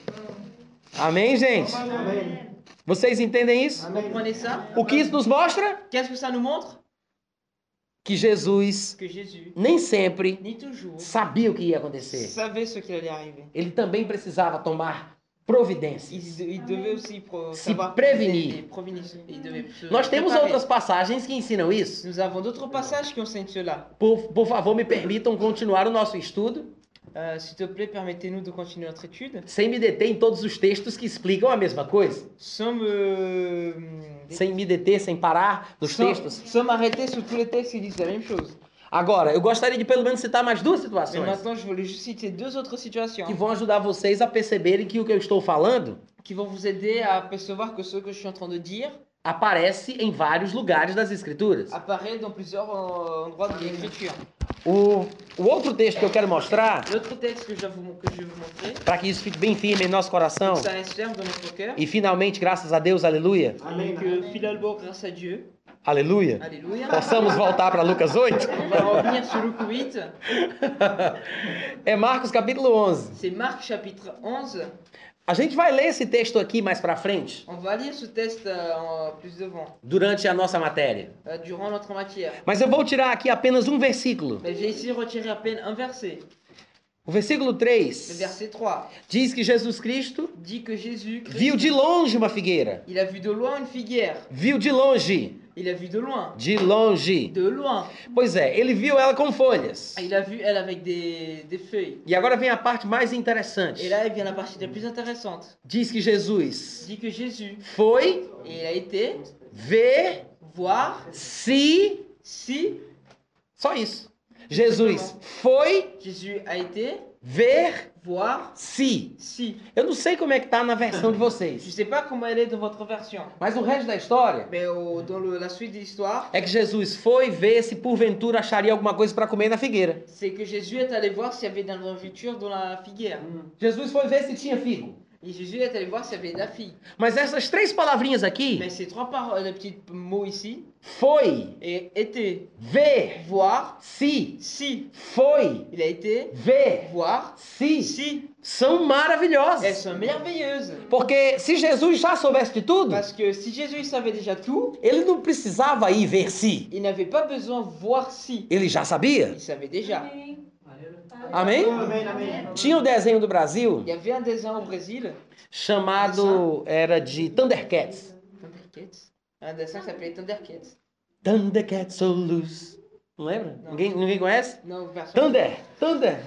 Amém, gente?
Amém.
Vocês entendem isso?
Vous comprenez ça
O que isso nos mostra?
Qu'est-ce que ça nous montre
Que Jesus
Que Jésus,
nem sempre
ni toujours,
sabia o que ia acontecer.
savait ce qu'il allait arriver.
Ele também precisava tomar providências.
Il, il devait aussi pro-
Se
savoir
prévenir.
Il, prévenir. il devait se
Nós temos
préparer.
outras passagens que ensinam isso.
Nous avons d'autres passages qui enseignent cela.
Por, por favor, me permitam continuar o nosso estudo
Euh, S'il te plaît, permettez-nous de continuer notre étude.
sem me deter em todos os textos que explicam a mesma coisa.
Sans me...
Sem me deter, sem parar nos
sans-
textos.
sans m'arrêter sur tous les textes qui disent la même chose.
Agora, eu gostaria de pelo menos citar mais duas
Mais
situações.
maintenant, je voulais juste citer deux autres situations
que vão ajudar vocês a perceberem que o que eu estou falando
qui vont vous aider à percevoir que ce que je suis en train de dire
aparece em vários lugares das Escrituras.
apparaît dans plusieurs euh, endroits de l'écriture.
O, o outro texto que eu quero mostrar,
L'autre texte que je, vais vous, que je vais vous montrer,
para que isso fique bem firme em nosso coração,
ça reste ferme dans notre cœur,
e finalmente, graças a Deus, aleluia,
et que finalement, grâce à Dieu,
aleluia,
alléluia,
possamos voltar para Lucas 8,
on va revenir sur Luc 8,
é Marcos capítulo 11.
c'est Marc chapitre 11,
A gente vai ler esse texto aqui mais para frente,
on va lire ce texte euh, en- plus devant,
durante a nossa matéria.
euh, durant notre matière.
Mas eu vou tirar aqui apenas um versículo.
Mais j'ai ici retiré à peine un verset.
O versículo
Le
3
verset 3
diz que Jesus Cristo
dit que Jésus, Christ,
viu de longe uma figueira.
il a vu de loin une figuière.
Viu de longe
Il a vu de loin.
De longe.
De loin.
Pois é, ele viu ela com folhas.
Il a vu elle avec des, des feuilles.
E agora vem a parte mais interessante.
Et là, vient la partie la plus intéressante.
Diz que Jesus
Dit que Jésus,
foi
et il a été
ver
voir
se.
si
Só isso. Jesus foi
Jésus a été
ver
voir
se.
si.
Eu não sei como é que tá na versão de
Je
vocês.
sais pas comment elle est dans votre version,
Mas o resto da história
mais au- dans le- la suite de l'histoire,
é que Jesus foi ver se porventura acharia alguma coisa para comer na figueira.
c'est que Jésus est allé voir s'il y avait de la nourriture dans la figuière.
Jesus foi ver se tinha figo.
Et Jésus est allé voir s'il y avait de la fille.
Mas essas três palavrinhas aqui,
Mais ces trois paroles, les petits mots ici,
foi,
et était
ver,
voir
se,
si.
foi,
Il a été
ver,
voir
se,
si.
são
Elles
maravilhosas.
sont merveilleuses.
Porque se Jesus já soubesse de tudo,
Parce que si Jésus il savait déjà tout,
ele não precisava ir ver se.
il n'avait pas besoin de voir si.
Ele já sabia.
Il savait déjà.
Amém?
Amém, amém.
Tinha o desenho do Brasil
Il y avait un design au Brésil,
chamado era de Thundercats.
Thundercats. Un dessin qui s'appelait Thundercats.
Thundercats ou Luz. Não lembra?
Não.
Ninguém, ninguém conhece?
Non, personne.
Thunder, Thunder.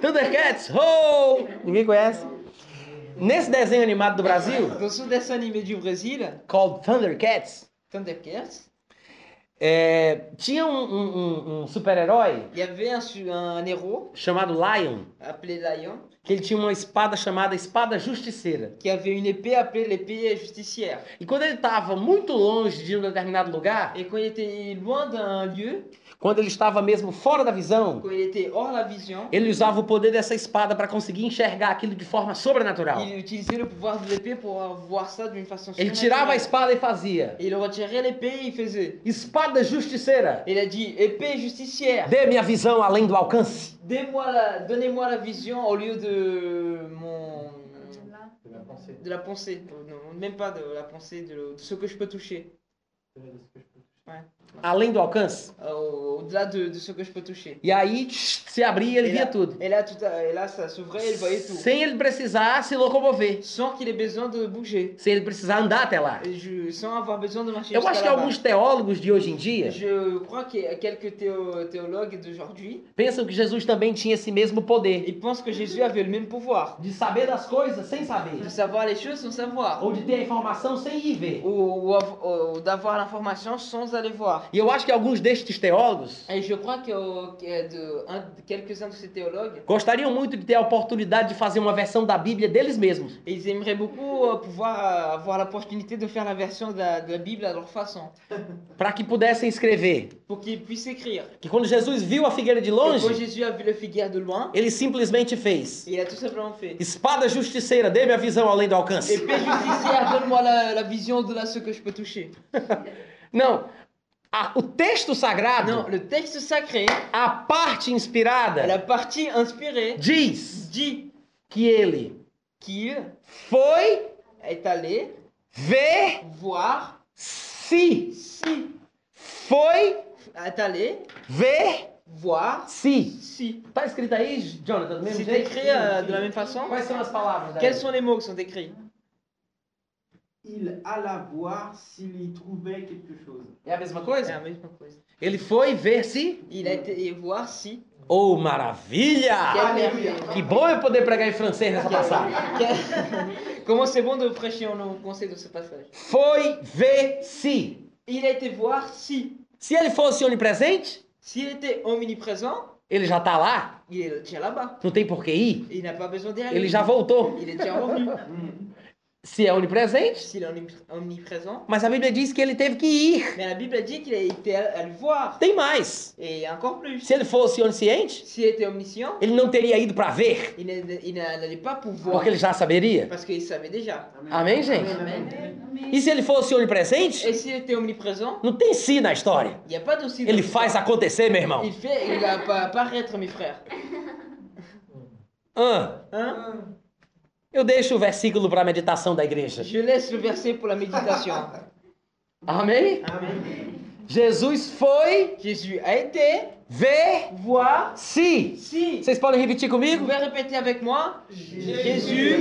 Thundercats, ho! Ninguém conhece? Nesse desenho animado do Brasil,
Dans ce dessin animé du Brésil,
called Thundercats,
Thundercats,
é, tinha um, um- um- um super-herói
il y avait un, su- un héros
chamado Lion,
appelé Lion
que ele tinha uma espada chamada Espada Justiceira.
qui avait une épée appelée l'épée justicière.
E quando ele estava muito longe de um determinado lugar,
Et quand il était loin d'un lieu,
quando ele estava mesmo fora da visão,
quand il était hors la vision,
ele usava o poder dessa espada para conseguir enxergar aquilo de forma sobrenatural.
il utilisait le pouvoir de l'épée pour voir ça d'une façon
Ele tirava a
surnaturelle.
espada e fazia:
Et il retirait l'épée et il faisait.
Espada Justiceira,
Il a dit épée justicière,
dê-me a visão além do alcance.
donnez-moi la, donnez-moi la vision au lieu de mon
La pensée.
de la pensée, Euh, non, même pas de la pensée de, de ce que je peux toucher,
Além do alcance.
Euh, au- au-delà de, de ce que je peux toucher.
E aí tch, se abria e ele
Ele-
via tudo.
Et là tout, à- et là ça s'ouvrait, il voyait tout,
Sem ele precisar se locomover.
sans qu'il ait besoin de bouger,
Sem ele precisar andar até lá.
Et je- sans avoir besoin de marcher
Eu acho
jusqu'à
que
là-bas.
alguns teólogos de hoje em dia
Je crois qu'il y a quelques théo- théologues d'aujourd'hui,
pensam que Jesus também tinha esse mesmo poder
ils pensent que Jésus avait le même pouvoir,
de saber das coisas sem saber,
de savoir les choses sans savoir,
ou de ter a informação sem ir ver.
ou, ou av- ou d'avoir l'information sans aller voir.
E eu acho que alguns destes teólogos
Et je crois que, euh, que de, un- de quelques-uns de ces théologues,
gostariam muito de ter a oportunidade de fazer uma versão da Bíblia deles mesmos.
ils aimeraient beaucoup euh, pouvoir euh, avoir l'opportunité de faire la version de la, de la Bible à leur façon,
Para que pudessem escrever
pour qu'ils puissent écrire.
que quando Jesus viu a figueira de
Et quand
longe,
Jésus a vu le figuier de loin,
ele simplesmente fez:
il a tout simplement fait.
Espada justiceira, dê-me a visão além do alcance.
Épée justicière, donne-moi la, la vision de là ce que je peux toucher.
Não. A- o texto sagrado,
Non, le texte sacré
a parte
À
inspirada,
La partie inspirée
diz
dit
que ele
qu'il
foi
est allé
ver
voir
se.
si.
Foi
Est allé
ver
voir
se.
si.
Tá escrito aí, Jonathan, do mesmo
C'est
jeito?
écrit euh, de la même façon.
Quais são as palavras daí?
Quels sont les mots qui sont écrits
Il alla voir s'il y trouvait quelque chose.
É a mesma
C'est la
coisa?
même chose.
Ele foi ver se.
Il a été voir si.
Oh, maravilha!
Quelle
Alléluia.
merveille.
Que bom eu poder pregar em francês nessa passagem.
Quelle- Comment c'est bon de prêcher en au conseil de ce passage
Foi ver se.
Il a été voir si.
Se ele fosse onipresente,
S'il était omniprésent,
ele já tá lá.
il est déjà là-bas.
não tem por que ir,
Il n'a pas besoin d'aller.
ele já voltou.
Il est déjà revenu.
Se é onipresente,
S'il est omnip- omniprésent.
mas a Bíblia diz que ele teve que ir.
Mais la Bible a dit qu'il a été à à le voir.
Tem mais.
Et encore plus.
Se ele fosse onisciente,
S'il était omniscient,
ele não teria ido para ver,
il n'a- il n'a- n'allait pas pouvoir.
porque ele já saberia.
Parce qu'il savait déjà.
Amém, gente? E
Amen.
se ele fosse onipresente,
Et s'il était omniprésent,
não tem si na história.
il n'y a pas d'aussi.
Ele faz acontecer, meu irmão.
Il fait, il va pas apparaître, mes frères.
Ah,
Hein
eu deixo o versículo para a meditação da igreja.
Je laisse le verset pour la méditation.
Amém?
Amen.
Jesus foi
Jésus a été
ver
voir
se.
si.
Vocês podem repetir
Vous
comigo?
pouvez répéter avec moi Jésus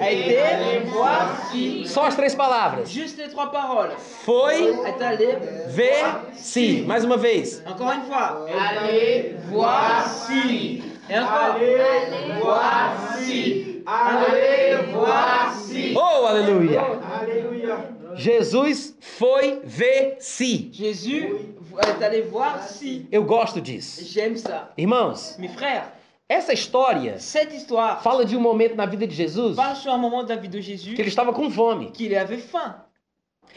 a été voir si.
Só as três palavras.
Juste les trois paroles.
Foi
Est allé
ver se. Mais uma vez.
Encore une fois.
Allez voir si.
Et encore.
Allez voir si. Allez voir si.
Oh, aleluia!
Alléluia.
Jesus foi ver se.
Jésus est allé voir si.
Eu gosto disso.
J'aime ça.
Irmãos,
Mes frères,
essa história
cette histoire
fala de um momento na vida de Jesus
parle sur un moment de la vie de
que ele
Jésus
estava com fome.
qu'il avait faim.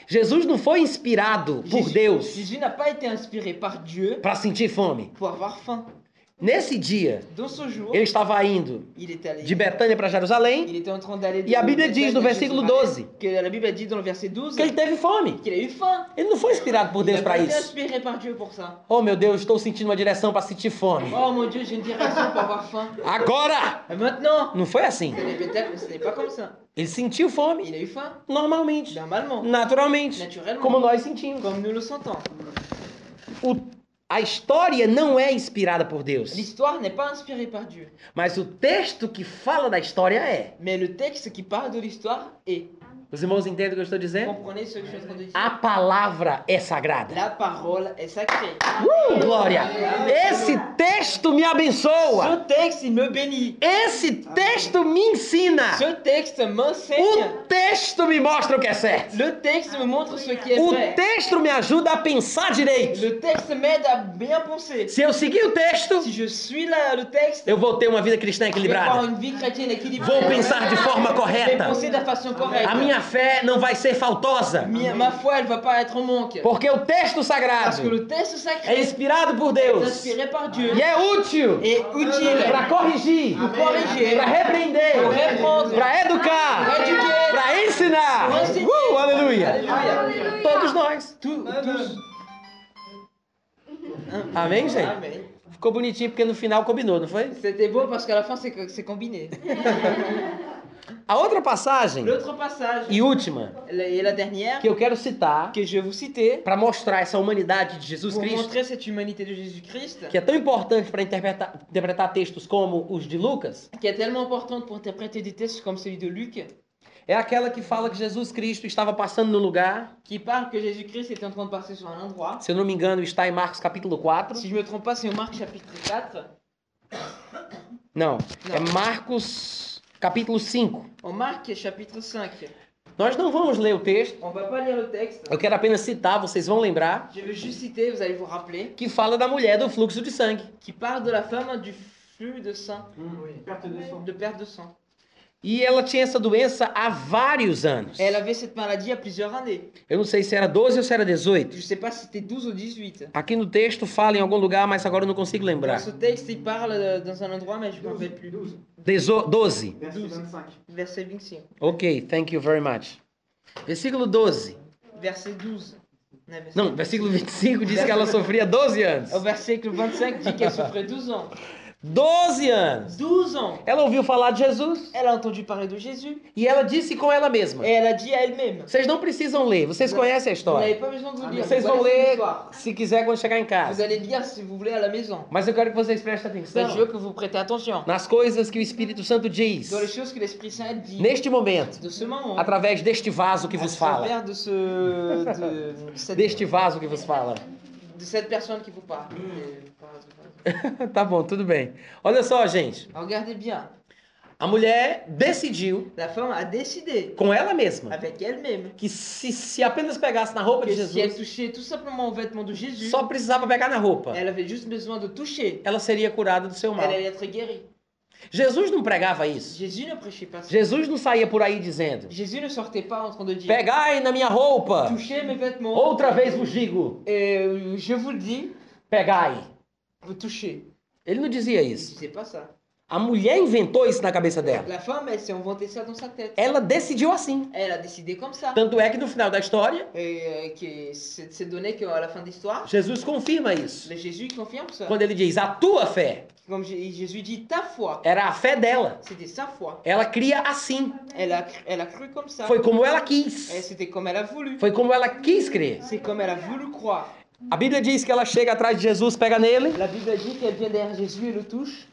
Jesus não foi inspirado por
Jésus-
Deus
Jésus n'a pas été inspiré par Dieu
para sentir fome.
pour avoir faim.
Nesse dia,
Dans ce jour,
ele estava indo
il est allé.
de Betânia para Jerusalém
Il était en train d'aller.
e a Bíblia diz no
de
versículo
Jérusalem
12
Que la Bible dit dans le verset 12
que ele teve fome.
qu'il a eu faim.
Ele não foi inspirado por
Il
Deus
n'a pas
para
été
isso.
inspiré par Dieu pour ça.
Oh meu Deus, estou sentindo uma direção para sentir fome.
Oh mon Dieu, j'ai une direction pour avoir faim.
Agora!
Et maintenant,
Não foi assim.
ce n'est peut-être- ce n'est pas comme ça.
Ele sentiu fome
Il a eu faim,
normalmente,
normalement,
naturalmente,
naturellement.
como nós sentimos.
comme nous le sentons.
O- a história não é inspirada por Deus,
L'histoire n'est pas inspirée par Dieu,
mas o texto que fala da história é.
mais le texte qui parle de l'histoire est.
Os irmãos entendem o que eu estou dizendo?
Comprenez ce que je suis en train de dire
A palavra é sagrada.
La parole est sacrée.
Uh, glória! Esse texto me abençoa.
Ce texte, il me bénit.
Esse texto me ensina.
Ce texte m'enseigne.
O texto me mostra o que é certo.
Le texte me montre ce qui est
O
vrai.
texto me ajuda a pensar direito.
Le texte m'aide à bien penser.
Se eu seguir o texto,
Si je suis là, le texte,
eu vou ter uma vida cristã
je vais avoir
equilibrada.
une vie chrétienne équilibrée.
Vou pensar de forma
Je vais
correta.
penser de la façon correcte.
A minha fé não vai ser faltosa.
Mi- Ma foi, elle va pas être en manque.
Porque o texto
Parce que
sagrado
le texte sacré
é inspirado por
est
Deus
inspiré par Dieu
e é útil
et utile
para corrigir,
pour corriger,
para repreender,
pour répondre,
para educar,
pour éduquer,
para ensinar.
pour enseigner.
Uh, aleluia!
Alléluia.
Todos nós.
Tous, tous.
Amém, gente?
Amen.
Ficou bonitinho porque no final combinou, não foi?
C'était beau parce qu'à la fin c'est c'est combiné.
A outra passagem
L'autre passage
e última
la- et la dernière
que eu quero citar
que je vais vous citer
para mostrar essa humanidade de Jesus
pour
Cristo,
montrer cette humanité de Jésus-Christ
que é tão importante para interpretar, interpretar textos como os de Lucas,
qui est tellement importante pour interpréter des textes comme celui de Luc
é aquela que fala que Jesus Cristo estava passando no lugar,
qui parle que Jésus-Christ était en train de passer sur un endroit.
se eu não me engano, está em Marcos capítulo 4.
Si je me trompe pas, c'est au Marc chapitre 4.
Não,
Não.
é Marcos capítulo 5.
Au Marc chapitre 5.
Nós não vamos ler o texto,
On va pas lire le texte.
eu quero apenas citar, vocês vão lembrar,
Je vais juste citer, vous allez vous rappeler,
que fala da mulher do fluxo de sangue.
qui parle de la femme du flux de sang,
Perto do som.
de perte de sang.
E ela tinha essa doença há vários anos.
Elle avait cette maladie à plusieurs années.
Eu não sei se era 12 ou se era
Je
18.
sais pas si c'était 12 ou 18.
Aqui no texto fala em algum lugar, mas agora eu não consigo
Dans
lembrar.
ce texte, il parle euh, dans un endroit, mais je ne me rappelle plus.
Doze.
Dezo 12.
Verso 25.
Verset 25.
Ok, thank you very much. Versículo 12.
Verset 12. Non, verset-
Não, versículo 25 diz que ela sofria 12 anos.
Au verset que le 25 dit qu'elle souffrait 12 ans.
12 anos.
12 ans
Ela ouviu falar de Jesus
Elle a entendu parler de Jésus
e ela disse com ela mesma.
et elle a dit à elle-même.
Vocês não precisam ler, vocês conhecem a
Vous n'avez
história.
pas besoin de vous
Ah,
lire.
Vocês
vous
vont
allez lire
ler
l'histoire.
se quiser quando chegar em
Vous
casa.
allez lire si vous voulez à la maison.
Mas eu quero que vocês prestem
Mais je veux
atenção
que vous prêtez attention
nas coisas que o Espírito Santo diz
dans les choses que l'Esprit Saint dit
neste momento,
de ce moment.
através deste vaso que vos
à
fala.
travers de ce de cette,
Deste vaso que vos fala.
de cette personne qui vous parle.
tá bom, tudo bem. Olha só, gente.
Regardez bien.
A mulher decidiu
La femme a décidé
com ela mesma
avec elle-même
que se, se apenas pegasse na roupa
que
de
si elle
Jesus,
touchait tout simplement aux vêtements de Jésus,
só precisava pegar na roupa.
elle avait juste besoin de toucher.
Ela seria curada do seu
Elle
mal.
allait être guérie.
Jesus não pregava isso.
Jésus ne prêchait pas ça.
Jesus não saía por aí dizendo:
Jésus ne sortait pas en train de dire
Pegai na minha roupa.
touchez mes vêtements.
Outra vez vos digo:
Et euh, je vous le dis,
Pegai.
vous touchez.
Ele não dizia
Je
isso.
sais pas ça.
A mulher inventou isso na cabeça dela.
La femme, elle s'est inventée ça dans sa tête.
Ela decidiu assim.
Elle a décidé comme ça.
Tanto é que no final da história,
Et euh, que c'est c'est donné qu'à la fin de l'histoire,
Jesus confirma isso.
le Jésus confirme ça.
Quando ele diz: A tua fé
Comme Jé- Jésus dit, ta foi,
era a fé dela.
c'était sa foi.
Ela cria assim.
Elle a, cr- elle a cru comme ça.
Foi como ela
Et
quis.
c'était comme elle a voulu.
Foi como ela quis crer.
C'est comme elle a voulu croire.
A Bíblia diz que ela chega atrás de Jesus, pega nele,
La Bible dit qu'elle vient derrière Jésus et le touche.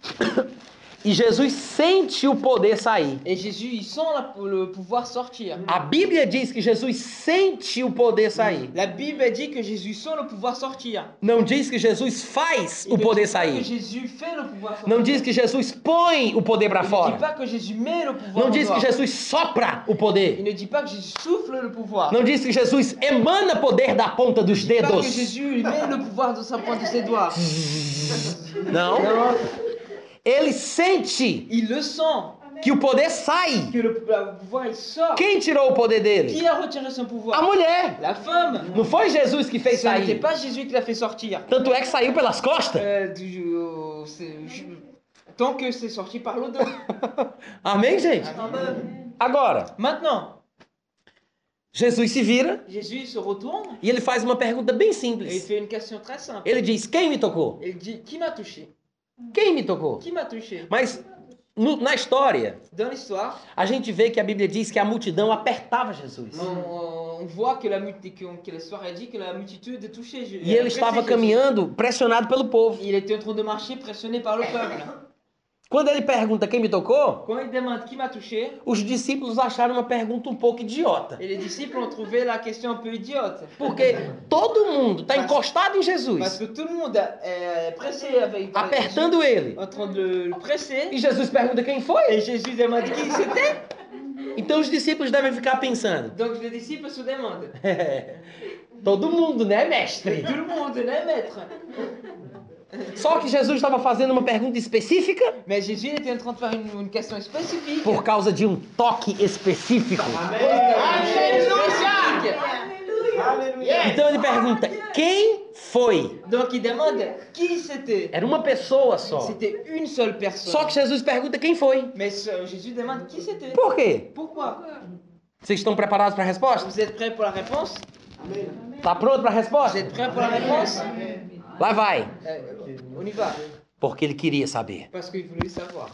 e Jesus sente o poder sair.
Et Jésus, il sent la- le pouvoir sortir.
A Bíblia diz que Jesus sente o poder sair.
La Bible dit que Jésus sent le pouvoir sortir.
Não diz que Jesus faz
Il
o
ne
poder
dit pas Que
sair.
Jésus fait le pouvoir sortir.
Não diz que Jesus põe o poder para
Il ne dit
fora.
pas que Jésus met le pouvoir
Não
en
diz que
dehors.
Jesus sopra o
Il
poder.
ne dit pas que Jésus souffle le pouvoir.
Não diz que Jesus emana poder da ponta dos
Il ne dit pas que
dedos.
Jésus met le pouvoir dans sa pointe de ses doigts.
Não.
Non,
Ele sente
il le sent.
que o poder sai.
Que le le pouvoir il sort.
Quem tirou o poder dele?
Qui a retiré son
A
pouvoir
mulher.
La femme.
Não foi Jesus que fez
Ce n'était
sair.
pas Jésus qui l'a fait sortir.
Tanto é que saiu pelas costas.
Euh, du- euh, c'est- je- Tant que c'est sorti par le dos.
Amém, gente? Agora,
Maintenant,
Jesus se vira
Jésus se retourne
e ele faz uma pergunta bem
et il
simples.
fait une question très simple.
Ele diz: Quem me tocou?
Il dit Qui m'a touché
Quem me tocou?
Qui m'a touché
Mas no- na história,
Dans l'histoire,
a gente vê que a Bíblia diz que a multidão apertava Jesus.
on, on voit que, la, multi- que, que l'histoire a dit que la multitude est touchée. Je-
E ele
pressée,
estava
Jésus.
caminhando pressionado pelo povo.
Il était en train de marcher, pressionné par le peuple.
Quando ele pergunta quem me tocou,
Quand il demande qui m'a touché,
os discípulos acharam uma pergunta um pouco idiota.
et les disciples ont trouvé la question un peu idiote.
Porque todo mundo está encostado em
Parce
Jesus,
que tout le monde est pressé avec
apertando ele.
en train de le le presser.
E Jesus pergunta quem foi.
Et Jésus demande qui c'était.
Então os discípulos devem ficar pensando.
Donc les disciples se demandent.
Todo mundo, né, mestre?
Tout le monde les maître.
Só que Jesus estava fazendo uma pergunta específica
Mais Jésus était en train de faire une, une question spécifique.
por causa de um toque específico.
Spécifique.
Aleluia.
Então ele pergunta: quem foi?
Donc il demande qui c'était.
Era uma pessoa só.
C'était une seule personne.
Só Oh. que Jesus pergunta: quem foi?
Mais ce- Jésus demande qui c'était.
Por quê?
Pourquoi
Vocês estão preparados para a resposta?
Vous êtes prêts pour la réponse
Tá pronto para a resposta?
Vous êtes prêts pour la réponse
Lá vai.
Euh, On y va.
Porque ele queria saber.
Parce qu'il voulait savoir.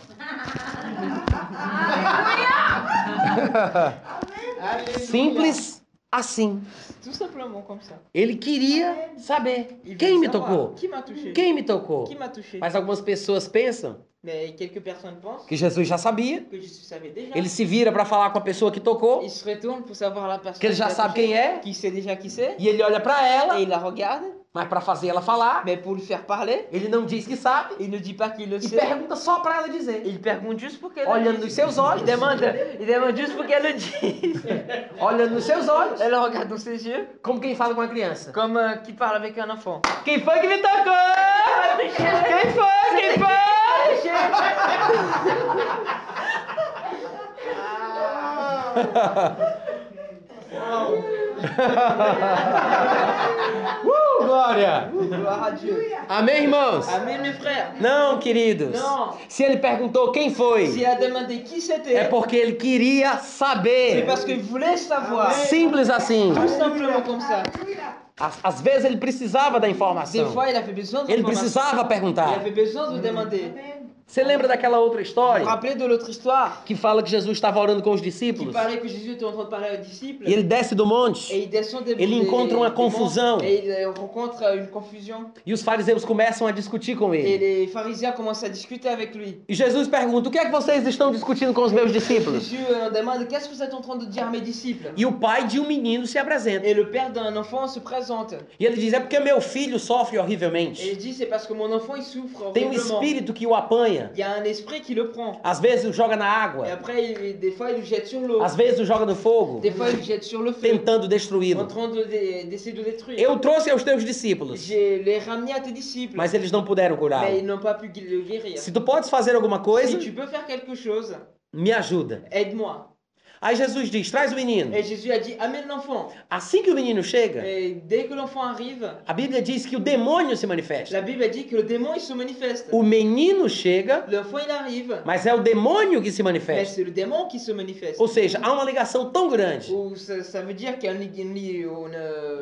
Simples assim.
Tout simplement comme ça.
Ele queria saber
Il voulait
quem me
savoir
tocou.
Qui m'a touché
Quem me tocou?
Qui m'a touché
Mas algumas pessoas pensam
Mais quelques personnes pensent
que Jesus já sabia.
que je savais déjà.
Ele se vira para falar com a pessoa que tocou,
Il se retourne pour savoir la personne.
que ele já
qui a
sabe
touché,
quem é,
Qui sait déjà qui c'est.
e ele olha para ela,
Et il la regarde.
mas para fazer ela falar,
Mais pour lui faire parler,
ele não diz que sabe
il ne dit pas qu'il le
e
sait.
pergunta só para ela dizer.
Il pergunte juste pour qu'elle
Olhando
le
nos
dise.
seus olhos,
Il demande, il demande juste pour qu'elle le dise.
olhando nos seus olhos,
Elle le regarde dans ses yeux,
como quem fala com a criança.
comme euh, qui parle avec un enfant.
Quem foi que me tocou? Quem foi? Quem foi? Uh, glória!
Gloire à Dieu.
Amém, irmãos?
Amen, mes frères.
Não, queridos.
Não.
Se ele perguntou quem
S'il
foi,
a demandé qui
é
c'était,
porque ele queria
c'est
saber.
parce qu'il voulait savoir.
Ah Simples assim.
Tout simplement comme ça.
Às, às vezes ele precisava da
Des
informação.
fois, il avait besoin de
Ele
l'information.
precisava
Il
perguntar.
avait besoin de demander.
Você lembra daquela outra história
Rappelez de l'autre histoire
que fala que Jesus estava orando com os
qui
discípulos
parlait que Jésus était en train de parler aux disciples.
e ele desce do monte
Et il descend des
Ele
des-
encontra uma
des monts,
confusão.
Et il euh, rencontre une confusion.
e os fariseus começam a discutir com
Et
ele.
les pharisiens commencent à discuter avec lui.
E Jesus pergunta: "O que é que vocês estão discutindo com os meus discípulos?"
Jésus euh, demande Qu'est-ce que vous êtes en train de dire à mes disciples
E o pai de um menino se apresenta.
Et le père d'un enfant se présente.
E ele diz: "É porque meu filho sofre
Et
horrivelmente.
il dit C'est parce que mon enfant il souffre
Tem um
horriblement.
espírito que o apanha.
Il y a un esprit qui le prend.
Às vezes o joga na
Et
água,
après, il- des fois, il le jette sur l'eau.
às vezes o joga no fogo,
Des fois, il le jette sur le feu.
tentando
En
destruí-lo.
train de- d'essayer de, détruire.
Eu trouxe aos teus discípulos,
J'ai les ramené à tes disciples.
mas eles não puderam
Mais ils
curá-lo.
n'ont pas pu le guérir.
Se tu podes fazer alguma
Si
coisa,
tu peux faire quelque chose,
me ajuda.
aide-moi.
Aí Jesus diz: traz o menino.
Et Jésus a dit Amène l'enfant.
Assim que o menino chega,
Et dès que l'enfant arrive,
a Bíblia diz que o demônio se manifesta.
la Bible dit que le démon il se manifeste.
O menino chega,
L'enfant il arrive,
mas é o demônio que se
mais
manifesta.
c'est le démon qui se manifeste.
Ou seja, há uma ligação tão grande
Ou ça, ça veut dire qu'il y a une, une li- une, euh,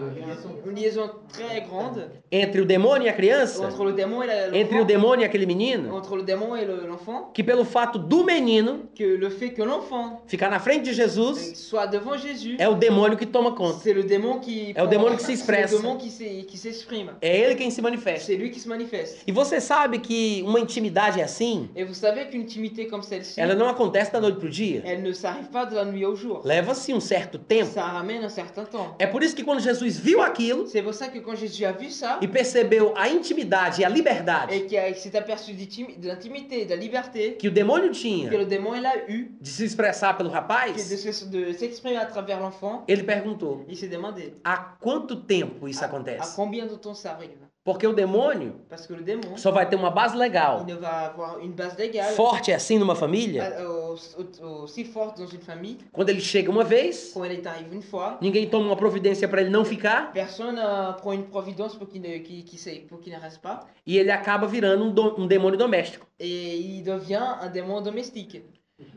une liaison très grande
entre o demônio e a criança,
entre le démon et la-
entre o
l'enfant.
demônio e aquele menino,
Entre le démon et le- l'enfant,
que pelo fato do menino
que le fait que l'enfant
ficar na frente de Jesus,
soit devant Jésus,
é o demônio que toma conta.
c'est le démon qui.
É o demônio que se expressa.
C'est le démon qui s'e- qui s'exprime.
É ele quem se manifesta.
C'est lui qui se manifeste.
E você sabe que uma intimidade assim,
Et vous savez qu'une intimité comme celle-ci,
ela não acontece da noite pro dia.
elle ne s'arrive pas de la nuit au jour.
Leva-se um certo tempo.
Ça ramène un certain temps.
É por isso que quando Jesus viu aquilo
C'est pour ça que quand Jésus a vu ça,
e percebeu a intimidade e a liberdade
et qu'il a- s'est aperçu d'intimi- de l'intimité, de la liberté
que o demônio
que
tinha
le démon il a eu,
de se expressar pelo
que de
rapaz,
se- de s'exprimer à travers l'enfant,
ele perguntou:
il s'est demandé
há quanto tempo isso
à
acontece?
combien de temps ça arrive.
Porque o demônio
Parce que le démon,
só vai ter uma base
il
legal,
ne va avoir une base légale
forte assim numa família,
à- au- au- aussi forte dans une famille.
quando ele chega uma vez,
Quand elle est arrivée une fois,
ninguém toma uma providência para ele não ficar
personne ne prend une providence pour qu'il ne, qu'il- qu'il s'aille- pour qu'il ne reste pas.
e ele acaba virando um do- um demônio doméstico.
Et il devient un démon domestique.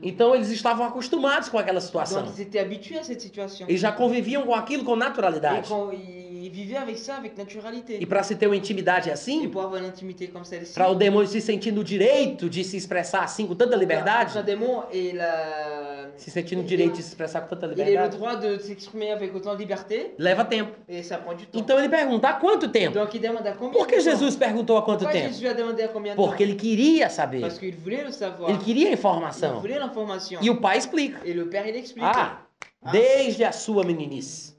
Então eles estavam acostumados com aquela
Donc
situação.
ils étaient habitués à cette situation.
Eles já conviviam com aquilo com
Et
naturalidade.
quand ils vivaient avec ça, avec naturalité.
E para se ter uma intimidade
Et
assim,
pour avoir une intimité comme celle-ci,
para o demônio se sentir no direito de se expressar assim com tanta
un
liberdade,
démon et la,
se sentindo no direito de se expressar com tanta
Il a le
liberdade,
droit de s'exprimer avec autant de liberté
leva tempo.
et ça prend du temps.
Então ele pergunta: há quanto tempo?
Donc il demande à combien
Por que
de temps
Jesus perguntou há quanto
Pourquoi
tempo?
Jésus a demandé à combien de
Porque
temps
ele queria saber.
Parce qu'il voulait le savoir.
Ele queria a
Il
informação.
voulait l'information.
E o pai explica.
Et le père, il explique.
Ah, desde a sua meninice,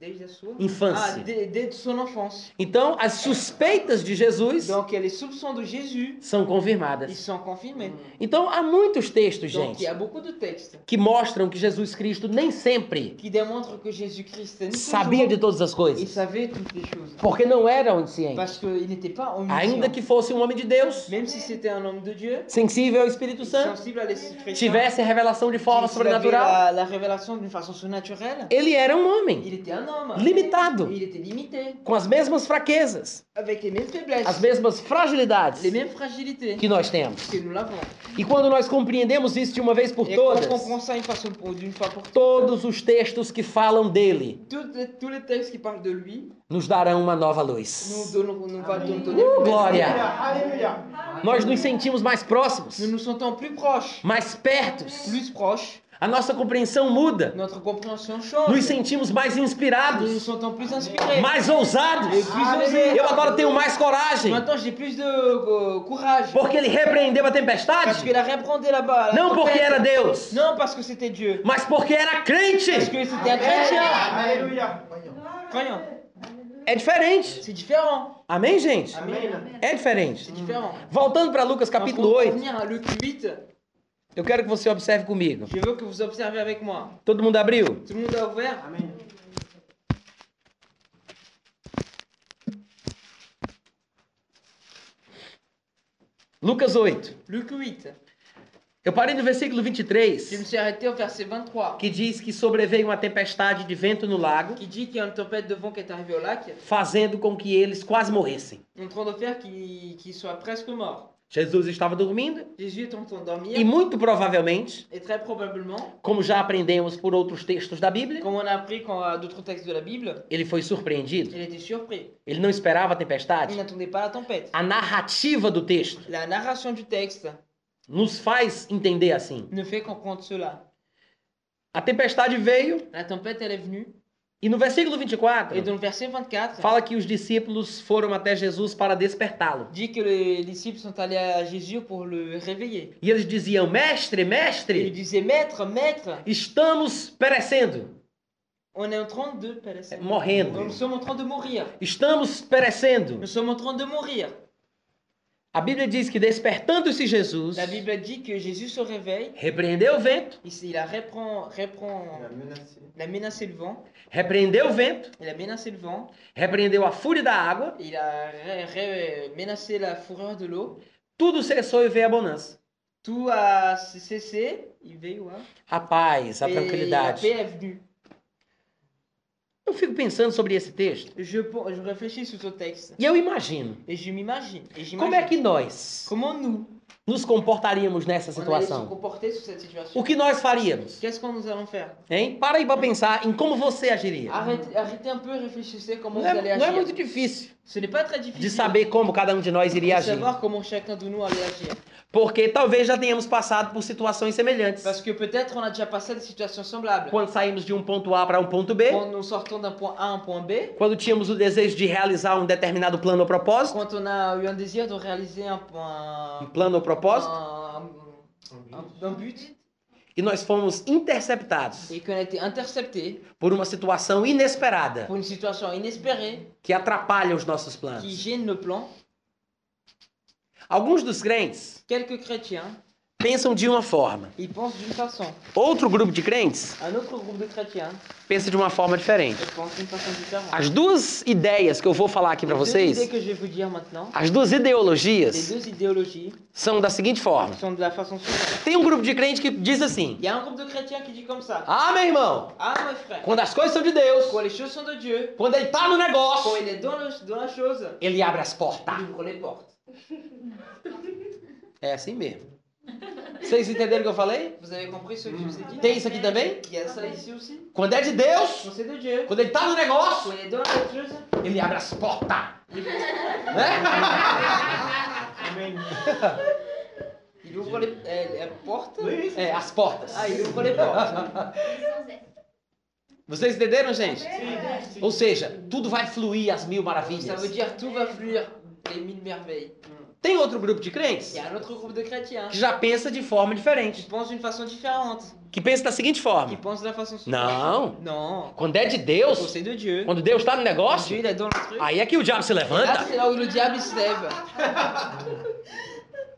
Desde a sua... Ah,
infância.
dès, dès son enfance.
Então, as suspeitas de Jesus
Donc les soupçons de Jésus,
são
ils
confirmadas.
sont confirmés.
Então, há muitos textos,
Donc il
gente,
y a beaucoup de textes
que mostram que Jesus Cristo nem sempre
qui démontrent que Jésus-Christ n'est
sabia de
toujours-
todas as
Il
coisas,
savait toutes les choses.
porque não era onisciente.
Parce qu'il n'était pas omniscient.
Ainda que fosse um homem de Deus,
Même si c'était un homme de Dieu,
sensível ao Espírito Santo,
sensible à l'esprit chrétien,
tivesse a revelação de forma
qui avait
sobrenatural,
la, la révélation d'une façon surnaturelle,
ele era um homem
il était un homme.
limitado,
Il était limité,
com as mesmas fraquezas,
avec les mêmes
as
faiblesses,
mesmas fragilidades
les mêmes fragilités
que nós temos.
que nous l'avons.
E quando nós compreendemos isso de uma vez por
Et quand on
todas,
comprend ça une façon pour- d'une fois pour
todos os textos que falam dele
toutes, les- tous les textes qui parlent de lui,
nos darão uma nova
nous
luz.
donnons, nous va nous donner.
Uh,
plus.
glória!
Alléluia.
Nós nos sentimos mais próximos,
Nous nous sentons plus proches,
mais perto.
plus proches.
A nossa compreensão muda.
Notre compréhension change.
Nos sentimos mais
nous nous
inspirados,
sentons plus inspirés.
mais ousados.
Et plus osés.
Eu agora tenho mais coragem,
Maintenant, j'ai plus de euh, courage.
porque ele repreendeu a
Parce
tempestade,
qu'il a reprendé là-bas. la
não porque
tempête.
era Deus,
Non, parce que c'était Dieu.
mas porque era
Parce
crente.
que c'était un chrétien.
Alléluia.
Croyant.
É diferente.
C'est différent.
Amém, gente?
Amen.
Eh.
É différente.
C'est différent.
Voltando para Lucas
Donc,
capítulo
pour
8,
revenir à Luc 8,
eu quero que você observe comigo.
je veux que vous observez avec moi.
Todo mundo abriu?
Tout le monde a ouvert
Amen.
Lucas 8.
Luc 8.
Eu parei no versículo
Je me
23,
suis arrêté au verset 23,
que diz que sobreveio uma tempestade de vento no lago,
qui dit qu'il y a une tempête de vent qui est arrivée au lac,
fazendo com que eles quase morressem.
en train de faire qu'il qu'il soit presque mort.
Jesus estava dormindo
Jésus est en train de
e
dormir,
muito provavelmente,
et très probablement,
como já aprendemos por outros textos da Bíblia,
comme on a appris quand, à d'autres textes de la Bible,
ele foi surpreendido.
il était surpris.
Ele não esperava a
Il
tempestade.
n'attendait pas la tempête.
A narrativa do texto
La narration du texte
nos faz entender assim.
ne fait comprendre cela.
A tempestade veio
La tempête, elle est venue.
e no versículo
Et dans
24
le verset 24,
fala que os discípulos foram até Jesus para despertá-lo.
dit que les disciples sont allés à Jésus pour le réveiller.
E eles diziam: Mestre,
Et il
mestre,
disait Maître, maître,
estamos perecendo. É,
on est en train de périr.
morrendo.
Nous somos en train de mourir.
Estamos perecendo.
Nous sommes en train de mourir.
A Bíblia diz que despertando-se Jesus,
La Bible dit que Jésus se réveille.
repreendeu o vento,
Il, il a reprend, reprend,
Il a menacé.
il a menacé le vent.
repreendeu o vento,
Il a menacé le vent.
repreendeu a fúria da água,
Il a ré- ré- menacé la fureur de l'eau.
tudo cessou e veio a bonança.
Tout a cessé. Il veio, hein.
A paz, a
Et la paix
tranquilidade.
est venue.
Eu fico pensando sobre esse texto
Je, pen- je réfléchis sur ce texte
e eu imagino
et je m'imagine. et j'imagine.
como é que nós
Comment nous
nos comportaríamos nessa
on allait se
situação.
comporter sur cette
O
situation
que nós faríamos?
Qu'est-ce qu'on nous allons faire
Hein? Para aí para pensar em como você agiria.
arrêtez, arrêtez un peu, réfléchissez comment
Não
vous allez
é, não é
agir.
muito difícil
Ce n'est pas très difficile
de saber como cada um de nós
de
iria agir.
savoir comment chacun de nous allait agir.
Porque talvez já tenhamos passado por situações semelhantes.
Parce que peut-être on a déjà passé des situations semblables.
Quando saímos de um ponto A para um ponto B,
Quand nous sortons d'un point A à un point B,
quando tínhamos o desejo de realizar um determinado plano ou propósito,
quand on a eu un désir de réaliser un point.
um plano ou
Ah.
propósito,
un, un- un but
e nós fomos interceptados
et qu'on a été intercepté
por uma situação inesperada
pour une situation inespérée
que atrapalha os nossos
qui
planos.
gêne le plan.
Alguns dos crentes
Quelques chrétiens
pensam de uma forma,
Ils pensent d'une façon.
outro grupo de crentes
Un autre groupe de chrétiens
pensa de uma forma diferente.
ils pensent d'une façon différente.
As duas ideias que eu vou falar aqui
Les
para
deux idées
vocês,
que je vais vous dire maintenant,
as duas
les
ideologias
deux idéologies
são da seguinte forma.
sont de la façon suivante.
Tem um grupo de crente que diz assim:
Il y a un groupe de chrétiens qui dit comme ça.
Ah, meu irmão,
Ah mes frères,
quando as coisas são de Deus,
quand les choses sont de Dieu,
quando ele tá no
quand
negócio,
il est dans, le- dans la chose,
ele abre as portas.
il ouvre les portes.
É assim mesmo. Vocês entenderam o que eu falei?
Vous avez compris ce que je vous ai dit
Tem isso aqui também?
Il y a ça ici aussi.
Quando é de Deus,
Quand c'est de Dieu,
quando ele tá no negócio,
quand il est dans la chose,
ele abre as portas. Né?
Amen.
il eh, Eu falei, é, é porta?
É, as portas.
Aí eu falei porta.
Vocês entenderam, gente?
Sim,
Ou seja, tudo vai fluir às mil
Ça
maravilhas.
veut dire tout va fluir les mille merveilles.
Tem outro grupo de crentes
Il y a un autre groupe de chrétiens
que já pensa de forma
qui
diferente.
pensent d'une façon différente,
Que pensa da seguinte
qui
forma:
pensent de la façon
não,
Non.
quando é de
Le
Deus,
conseil de Dieu.
quando Deus está no
Dieu,
negócio,
il est dans le truc.
aí é que o diabo se
Là,
levanta.
c'est là où le diable il se lève.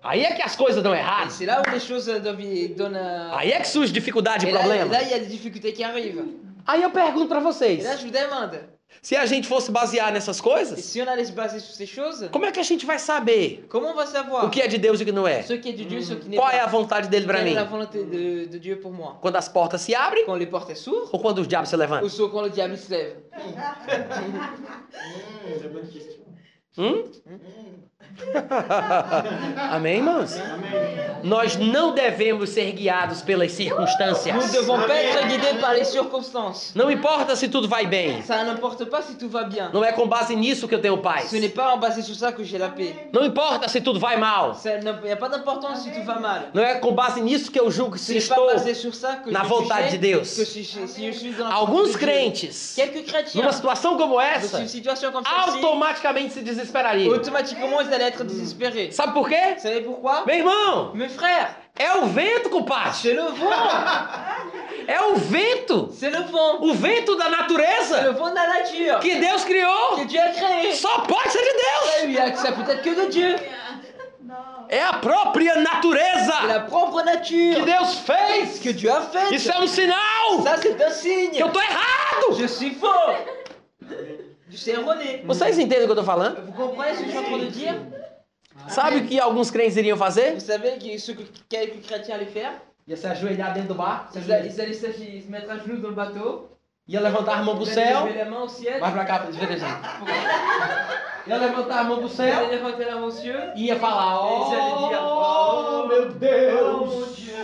Aí é que as coisas dão
Et
errado.
c'est là où les choses euh, devi- donnent. euh,
Aí é que surge dificuldade e
et là, et
problema.
là, il y a des difficultés qui arrivent.
Aí eu pergunto pra
Et
vocês:
là, je vous demande,
se a gente fosse basear nessas
et
coisas,
si on allait se baser sur ces choses,
como é que a gente vai saber
comment on va savoir
o que é de Deus e o que não é?
ce qui est de Dieu, ce qui n'est
Qual é a
pas
vontade dele pra
Quelle est
mim?
la volonté de, de Dieu pour moi
Quando as portas se abrem
Quand les portes elles s'ouvrent
ou quando o diabo se
ou
levanta?
soit quand le diable il se lève
Hum, é boa questão.
Hum?
Hum,
Amém, irmãos?
amém.
Nós não devemos ser guiados pelas circunstâncias.
Nous ne devons pas être guidés par les circonstances.
Não importa se tudo vai bem.
Ça n'importe pas si tout va bien.
Não é com base nisso que eu tenho paz.
Ce n'est pas en basé sur ça que j'ai la paix.
Não importa se tudo vai mal.
Ça n'a- Il n'y a pas d'importance si tout va mal.
Não é com base nisso que eu julgo
Ce
se
n'est pas
estou
basé sur ça que
na
je
vontade de
suis
Deus.
que si, je- si je suis dans la volonté
Alguns
de Dieu.
crentes,
Quelques chrétiens,
numa situação como
dans
essa,
une situation comme celle-ci,
automaticamente se desesperariam.
automatiquement ils allaient être désespérés.
Sabe por quê?
Vous savez pourquoi
Meu irmão,
Mes frères,
é o vento, compadre.
c'est le vent
É o vento.
C'est le vent
O vento da
C'est le
natureza
vent de la nature
que Deus criou.
que Dieu a créé
Só pode ser de Deus.
Eh, Il n'y a que ça peut-être que de Dieu
É a própria
C'est
natureza
la propre
que
nature Eh,
Deus
Ce
fez.
que Dieu a fait
Isso é um sinal
Ça c'est un signe
que eu tô errado.
Je suis faux Je suis erroné
Vocês entendem o que eu tô falando?
Vous comprenez ce que je suis en train de dire
Sabe o que alguns crentes iriam fazer?
Vous savez que ce que quelques chrétiens allaient faire
Ia se ajoelhar dentro do barco,
Ils allaient, ils allaient s'agir- se mettre à genoux dans le bateau,
ia levantar a mão pro
ils
céu.
allaient lever la main au ciel,
Vai pra cá, pra desver Ia levantar a mão pro
ils
céu
allaient levanter la main aux cieux,
e ia falar:
Eles iam dizer,
Oh,
"Oh,
meu
Oh
Deus!
mon Dieu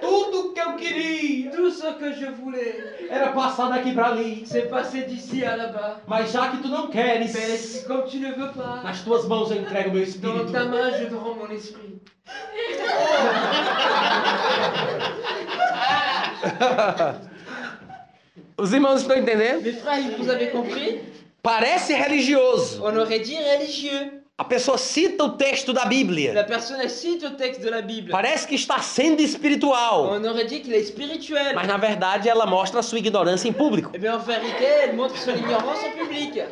Tudo que eu queria
Tout ce que je voulais,
era passar daqui pra ali.
c'est passé d'ici à là-bas.
Mas já que tu não
Mais
queres,
si comme tu ne veux pas,
nas tuas mãos eu entrego meu espírito.
dans ta main je te rends mon esprit.
Os irmãos estão entendendo?
Mes frères, vous avez compris
Parece religioso.
On aurait dit religieux.
A pessoa cita o texto da
La
Bíblia.
personne elle cite le texte de la Bible.
Parece que está sendo espiritual.
On aurait dit qu'il est spirituel.
Mas na verdade ela mostra a sua ignorância em público.
Eh bien en vérité, elle montre son ignorance en public.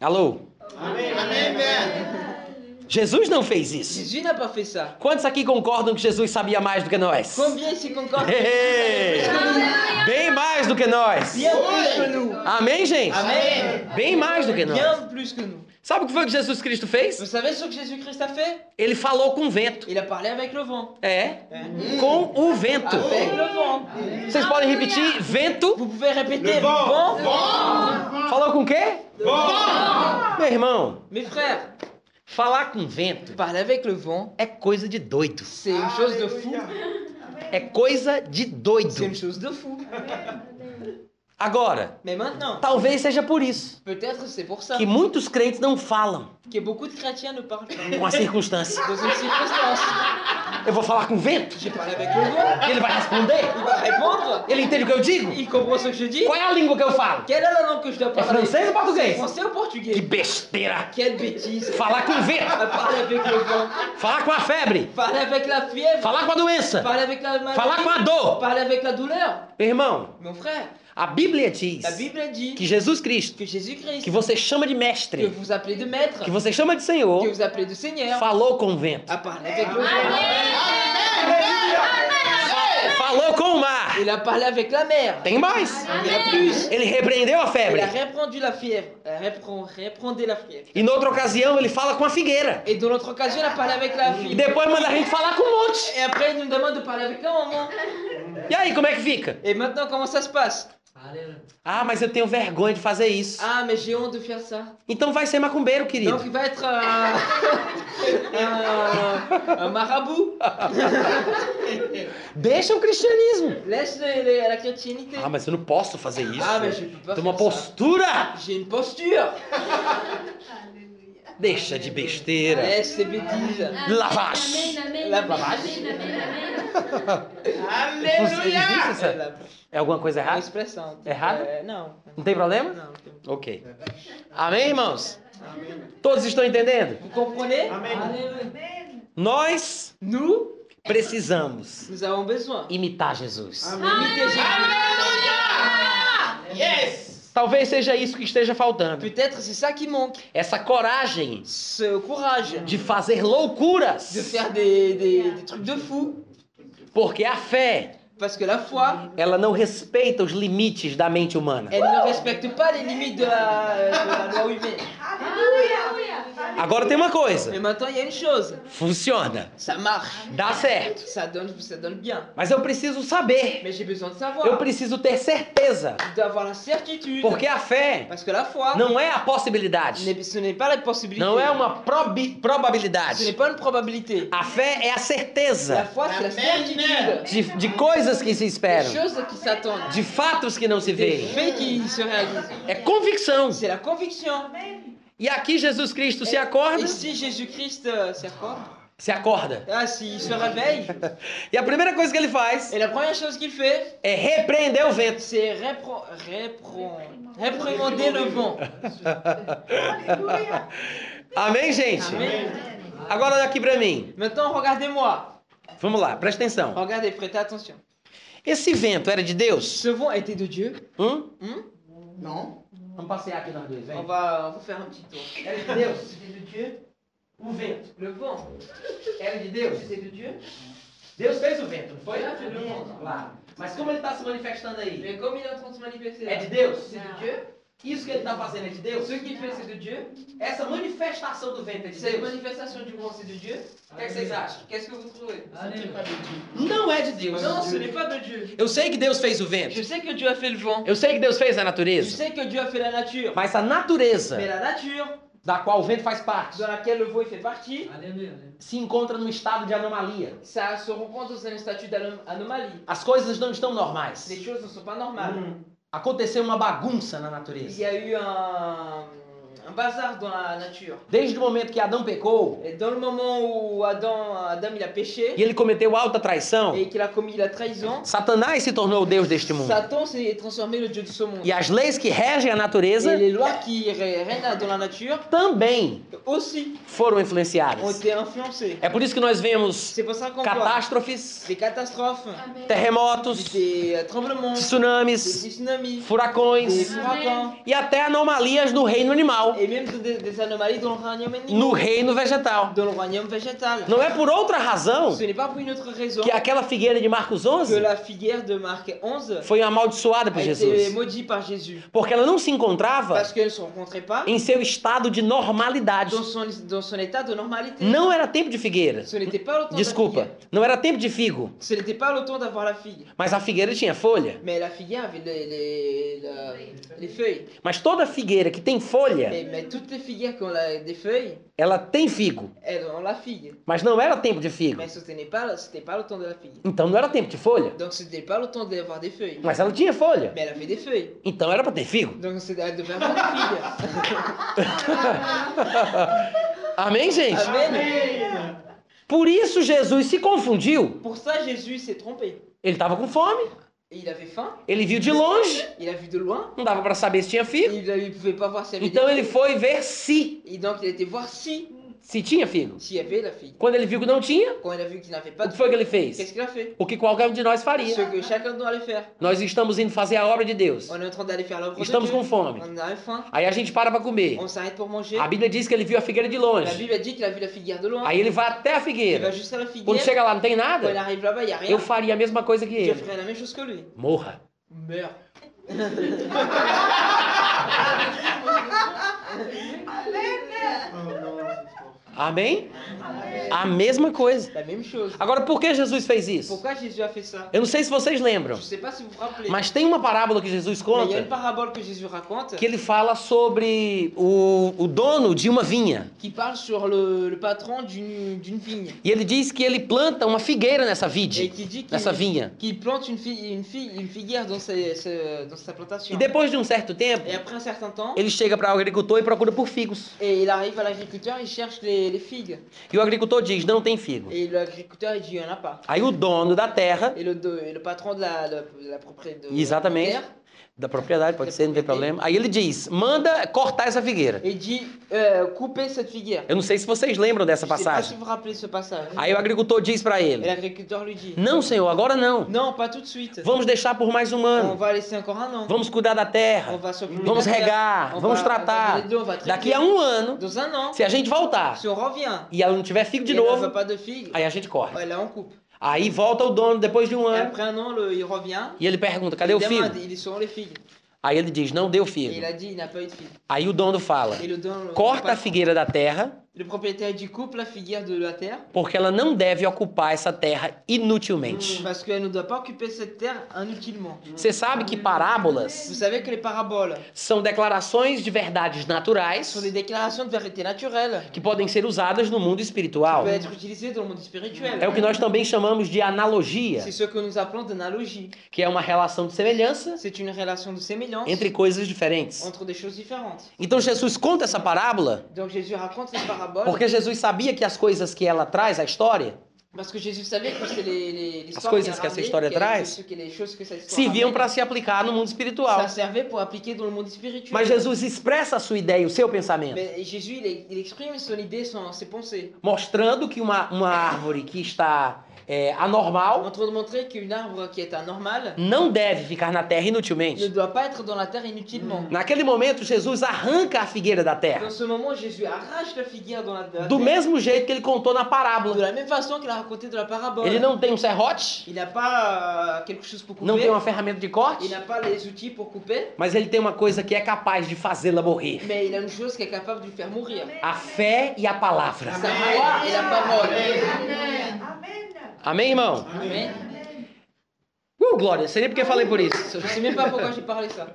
Alô?
Amém, amém, velho.
Jesus não fez isso.
Jésus n'a pas fait ça.
Quantos aqui concordam que Jesus sabia mais do que nós?
Combien ici concordent
Eh,
avec
Hey.
Jésus
Bem mais do que nós.
Bien plus que nous.
Amém, gente?
Amen.
Bem mais do que nós.
Bien plus que nous.
Sabe o que foi que Jesus Cristo fez?
Vous savez ce que Jésus-Christ a fait
Ele falou com o vento.
Il a parlé avec le vent.
É,
Hein
com o vento.
Avec le vent.
Vocês podem repetir? Vento
Vous pouvez répéter
Le vent.
vent.
falou com o quê? Meu irmão,
Mes frères,
falar com vento
parler avec le vent,
é coisa de doido.
c'est une
Ah,
chose de fou.
É coisa de doido.
C'est une chose de fou.
Agora,
Mais maintenant,
talvez seja por isso
peut-être c'est pour ça
que muitos crentes não falam
que beaucoup de chrétiens ne parlent pas.
com a circunstância.
Dans une circonstance,
Eu vou falar com o vento
j'ai parlé avec le vent.
e ele vai responder.
Il va répondre.
Ele entende o que eu digo?
Il comprend ce que je dis.
Qual é a língua que eu falo?
Quelle est la langue que je dois
É
parler
francês ou português?
Français ou
Que
portugais
besteira!
Quelle bêtise
Falar com o vento,
Parler avec le vent,
falar com a febre,
parler avec la fièvre,
falar com a doença,
parler avec la maladie,
falar com a dor.
parler avec la douleur.
Irmão,
Mon frère,
a Bíblia diz
la Bible dit
que Jesus Cristo,
que Jésus-Christ,
que você chama de
que
mestre,
vous appelez de maître,
que você chama de
que
senhor,
vous appelez de seigneur,
falou com o vento,
a parlé avec le vent.
falou com o mar.
Il a parlé avec la mer.
Tem mais.
Il y a plus.
Ele repreendeu a
Il
febre.
a répandu la fièvre. Il a répan- répandé la fièvre.
E noutra ocasião ele fala com a figueira.
Et dans l'autre occasion, il a parlé avec la
E
fille.
depois manda a gente falar com um monte.
Et après, il nous demande de parler avec la maman.
E aí, como é que fica?
Et maintenant, comment ça se passe
Ah, mas eu tenho vergonha de fazer isso.
Ah, mais j'ai honte de faire ça.
Então vai ser macumbeiro, querido.
Donc, il va être euh, un, un marabout.
Deixa o cristianismo.
Laisse les- les- la chrétienté.
Ah, mas eu não posso fazer isso.
Ah, mas eu não posso
Tem uma
fazer isso.
postura.
J'ai une posture.
Deixa de besteira.
É, se betiza.
Lavagem.
Amém, amém,
Lavagem.
amém, amém, amém.
Existe essa- É alguma coisa
É uma
errada?
expressão.
Errado?
É, não.
Não tem problema?
Não, tem-
Ok. Amém, irmãos?
Amém.
Todos estão entendendo?
Componer?
Amém.
Aleluia.
Nós
Nu,
precisamos
nos avons besoin.
imitar Jesus.
Yes!
Talvez seja isso que esteja faltando.
Peut-être c'est ça qui manque.
Essa coragem
Ce courage
de fazer loucuras.
de faire des, des, des trucs de fou.
Porque a fé,
Parce que la foi,
ela não respeita os limites da mente humana.
elle ne respecte pas les limites de la, de la loi humaine.
Agora tem uma
Mais
coisa.
maintenant, il y a une chose.
Funciona.
Ça marche.
Dá certo.
Ça donne, ça donne bien.
Mas eu preciso saber.
Mais j'ai besoin de
Eu
savoir.
preciso ter certeza.
D'avoir la certitude.
Porque a fé
Parce que la foi,
não é a possibilidade.
n'est- ce n'est pas la possibilité.
Não é uma probi-
Ce n'est
probabilidade.
pas une probabilité.
A fé é a
La
certeza
foi, c'est la certitude.
de, de coisas que se
Des
esperam,
choses qui s'attendent.
de fatos que não se
Des
veem.
faits qui se réalisent.
É convicção.
C'est la conviction.
E aqui Jesus Cristo se acorda,
Et si Jésus-Christ euh, s'y accorde
se acorda.
Ah, s'il se réveille
E a primeira coisa que ele faz
Et la première chose qu'il fait,
é repreender o vento.
c'est répro... répro... réprimander le vent.
Amém, gente?
Amen.
Agora olha aqui pra mim.
Maintenant, regardez-moi.
Vamos lá, presta atenção.
Regardez, prêtez attention.
Esse vento era de Deus?
Ce vent était de Dieu.
Hum?
Não.
Vamos passear aqui nós dois,
On va, on va faire un petit tour.
Era de Deus? Era de Deus? O vento
Le vent,
era de Deus?
c'était de Dieu.
Deus fez o vento, não foi? Claro. Mas como ele está se manifestando aí?
Mais comme il est en train de se manifester,
É
là,
de Deus?
c'est de Dieu.
Isso que ele está fazendo é de Deus?
Ce qu'il fait, c'est de Dieu.
Essa manifestação do vento é de
Cette
Deus?
manifestation du vent, c'est de Dieu.
O que, é que vocês acham?
Qu'est-ce que vous trouvez
Não é de Deus.
Non, ce n'est pas de Dieu.
Eu sei que Deus fez o vento.
Je sais que Dieu a fait le vent.
Eu sei que Deus fez a
Je
natureza.
sais que Dieu a fait la nature.
Mas a natureza
Mais la nature,
da qual o vento faz parte
dans laquelle le veau il fait partie,
Hmm.
se encontra num estado de anomalia.
ça se rencontre dans un statut d'anom- anomalie.
As coisas não estão
Les
normais.
choses ne sont pas normales.
Aconteceu uma bagunça na
Il
natureza.
y a eu un, un bazar dans la nature.
Desde o momento que Adão pecou
Et dans le moment où Adam, Adam il a péché
e ele cometeu alta traição,
et qu'il a commis la trahison,
Satanás se tornou o Deus deste mundo.
Satan s'est transformé le dieu de ce monde.
E as leis que regem a
Et
natureza
les lois qui ré- règnent dans la nature
também
aussi
foram
ont
influenciadas.
été influencées.
É por isso que nós vemos
C'est pour ça qu'on voit
catástrofes,
des catastrophes,
Amém.
terremotos,
des euh, tremblements,
tsunamis,
des tsunamis, des
furacões
ouragans
e até anomalias no reino animal,
et même des, des anomalies dans le royaume animal,
no reino vegetal.
dans le royaume végétal.
Não é por outra razão
Ce n'est pas pour une autre raison
que aquela figueira de Marcos
que
11
la figuière de Marc 11
foi amaldiçoada por
a été
Jesus,
maudite par Jésus.
porque ela não se encontrava
Parce qu'elle ne se rencontrait pas
em seu estado de normalidade.
dans son, dans son état de normalité.
Não era tempo de figueira.
Ce n'était pas le temps de la
Desculpa,
figuière.
não era tempo de figo,
Ce n'était pas le temps d'avoir la fille.
mas a figueira tinha folha.
Mais la figuière avait les, les, la- les feuilles.
Mas toda figueira que tem folha,
Mais, mais toutes les figuières qui ont la- des feuilles,
ela tem figo.
elles ont la figue.
Mas não era tempo de figo.
Mais ce n'était pas, c'était pas le temps de la figue.
Então não era tempo de folha.
Donc ce n'était pas le temps d'avoir des feuilles.
Mas ela tinha folha.
Mais elle avait des feuilles.
Então era pra ter figo.
Donc c'était- elle devait avoir des figues.
Amém, gente?
Amen.
Por isso Jesus se confundiu.
Pour ça, Jésus s'est trompé.
Ele tava com fome,
Et il avait faim,
ele viu de longe,
il a vu de loin,
não dava pra saber se tinha figo.
il ne pouvait pas voir s'il y avait
Então
des
ele foi
feuilles.
ver se
Et donc il était voir si
se tinha figo.
s'il y avait la figue.
Quando ele viu que não tinha,
Quand il a vu qu'il n'avait pas
o
de
que foi que ele
qu'est-ce
fez?
qu'il a fait
O que qualquer um de nós
Ce
faria.
que chacun doit aller faire.
Nós estamos indo fazer a obra de Deus.
On est en train d'aller faire l'œuvre de
Estamos
Dieu.
com fome.
On a faim,
Aí a gente para pra comer.
on s'arrête pour manger.
A Bíblia diz que ele viu a figueira de
La
longe.
Bible a dit qu'il a vu la figuière de loin.
Aí ele vai até a
Il va
figueira.
jusqu'à la figuière.
Quando chega lá não tem
Quand il
nada,
arrive là-bas, il n'y a
eu
rien.
faria a mesma coisa que
Je
ele.
ferai la même chose que lui.
Morra.
Meurs.
Oh, não.
Amém? A mesma coisa.
C'est la même chose.
Agora, por que Jesus fez isso?
Pourquoi Jésus a fait ça
Eu não sei se vocês lembram,
Je sais pas si vous vous rappelez.
mas tem uma parábola que Jesus
mais il y a une
conta
parabole que Jésus raconte
que ele fala sobre o, o dono de uma vinha.
qui parle sur le, le patron d'une d'une vigne
E ele diz que ele planta uma figueira nessa
et
vide,
qui dit qu'il
nessa vinha.
qu'il plante une, fi- une, fi- une figuière dans, ses- ce- dans sa
E
plantation.
depois de um certo tempo,
Et après un certain temps,
ele chega para o agricultor e procura por figos.
et il arrive à l'agriculteur, il cherche les, les figues.
E o agricultor diz: não tem figo.
Et l'agriculteur, il dit, il n'y en a pas.
Aí o dono da terra,
Et le, do- et le patron de la, de la propriété de
Exactement.
la terre,
da propriedade, pode ser, não tem problema. Aí ele diz: manda cortar essa figueira.
il dit, euh, coupez cette figuière.
Eu não sei se vocês lembram dessa
Je sais pas si
passagem.
vous vous rappelez ce passage.
Aí o agricultor diz para
Et
ele:
l'agriculteur lui dit,
Não, senhor, agora não.
non, pas tout de suite.
Vamos deixar por mais um
On
ano.
va laisser encore un an.
Vamos cuidar da
On
terra.
va s'occuper
Vamos
de la terre.
regar.
On
Vamos
va- on va
tratar.
les deux, on va traiter.
Daqui a um ano,
Dans un an,
se a gente voltar
si on revient,
e ela não tiver figo de
et là, on n'a
novo,
pas de figues,
aí a gente corre.
ouais, là on coupe.
Aí volta o dono depois de um
Et
ano
après un an, le- il revient.
e ele pergunta:
Il
Cadê o
demande,
figo?
il est sur les figues.
Aí ele diz: Não deu
Et il
figo.
a dit, il n'a pas eu de figues.
Aí o dono fala:
Et le, don- le
Corta a
patron-
figueira da terra.
le propriétaire dit, coupe la figuière de la terre.
porque ela não deve ocupar essa terra inutilmente.
Parce qu'elle ne doit pas occuper cette terre inutilement.
Você sabe que parábolas
Vous savez que les paraboles
são declarações de verdades naturais
sont des déclarations de vérité naturelle
que podem ser usadas no mundo
qui
espiritual.
peuvent être utilisées dans le monde spirituel.
É o que nós também chamamos de analogia,
C'est ce que nous appelons d'analogie.
que é uma relação de semelhança
C'est une relation de sémillance
entre coisas diferentes.
entre des choses différentes.
Então Jesus conta essa parábola
Donc Jésus raconte cette parabole
porque Jesus sabia que as coisas que ela traz, a história,
parce que Jésus savait que c'est les, les,
As
l'histoire
coisas
qu'il a
que essa
ramenée,
história
que-
traz
que- que les choses que cette histoire
serviam para
ramène,
se aplicar no mundo espiritual.
ça servait pour appliquer dans le monde spirituel.
Mas Jesus expressa a sua ideia, o seu pensamento,
Mais Jésus, il, il exprime son idée, son, ses pensées.
mostrando que uma, uma árvore que está é, anormal
En train de montrer qu'une arbre qui est anormal
não deve ficar na terra
ne
inutilmente.
doit pas être dans la terre inutilement.
Naquele momento, Jesus arranca a figueira da terra,
Dans ce moment, Jésus arrache la figuière dans la, de la
do
terre,
mesmo jeito que ele contou na
de
parábola.
la même façon qu'il a raconté de la parabole.
Ele não tem um serrote,
Il n'a pas euh, quelque chose pour couper.
não tem uma ferramenta de
Il
corte,
n'a pas les outils pour couper.
mas ele tem uma coisa que é capaz de fazê-la morrer:
Mais il a une chose qui est capable de lui faire mourir.
a fé e a palavra.
Sa foi et la parole.
Amém, irmão?
Amen.
Uh, glória, seria porque falei por isso.
Je sais même pas pourquoi j'ai parlé ça.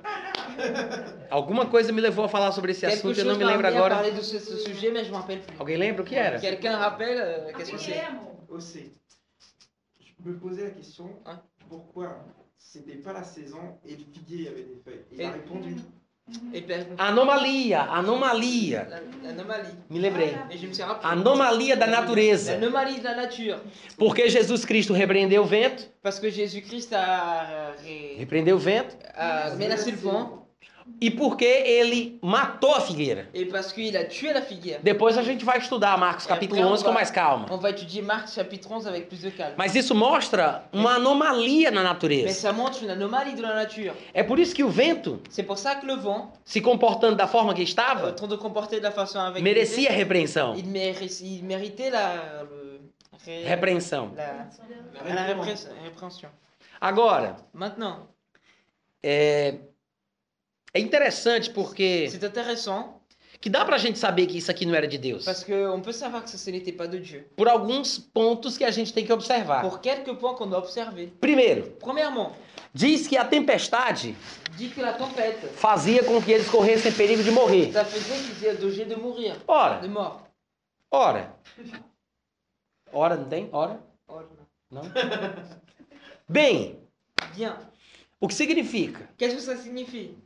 Alguma coisa me levou a falar sobre esse
Quelque
assunto, eu
chose
não me
m'a
lembro
amené à
agora.
parler de ce, ce sujet, mais je me rappelle plus.
Alguém lembra o que era?
Quelqu'un rappelle euh, qu'est-ce que c'est
Aussi, je me posais la question
Hein
pourquoi c'était pas la saison et le figuier avait des feuilles. Il
Et-
a répondu
Et ben,
Anomalia, anomalia.
la- l'anomalie.
Me lembrei.
Et je me suis rappelé.
Anomalia da natureza.
L'anomalie de la nature.
Porque Jesus Cristo repreendeu o vento,
Parce que Jésus-Christ a, ré-
repreendeu o vento,
a menacé le vent
e porque ele matou a figueira.
et parce qu'il a tué la figuière.
Depois a gente vai estudar Marcos capítulo 11 com mais calma.
On va étudier Marc chapitre 11 avec plus de calme.
Mas isso mostra uma anomalia na
Mais
natureza.
ça montre une anomalie de la nature.
É por isso que o vento,
C'est pour ça que le vent, euh,
se comportando da forma que
en
estava,
train de comporter de la façon avec
merecia repreensão.
il, méri- il méritait la, le- ré-
Repreensão.
la,
La
la
réponse.
répré- répréhension.
Agora,
Maintenant,
é, é interessante porque
c'est intéressant
que dá pra gente saber que isso aqui não era de Deus.
parce qu'on peut savoir que ce n'était pas de Dieu.
Por alguns pontos que a gente tem que observar.
Pour quelques points qu'on doit observer.
Primeiro,
Premièrement,
diz que a tempestade
dit que la tempête,
fazia com que eles corressem perigo de morrer.
ça faisait qu'ils étaient obligés de mourir,
Ora,
de mort.
ora. Ora, não tem? Ora?
Oh,
Não? Bem,
Bien.
o que significa?
Qu'est-ce que ça signifie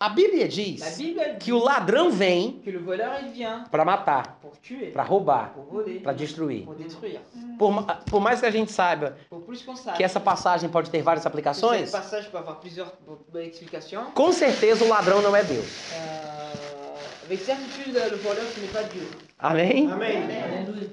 A Bíblia
La
diz
Bible elle dit
que o ladrão vem
que le voleur il vient
para matar,
pour tuer,
para roubar,
pour voler,
para destruir.
pour détruire.
Por, ma- por mais que a gente saiba
Pour plus qu'on sache.
que essa passagem pode ter várias
que ce
aplicações,
passage peut avoir plusieurs b- explications.
com certeza o ladrão não é Deus.
Euh, avec certitude, le voleur ce n'est pas Dieu.
Amém?
Amen.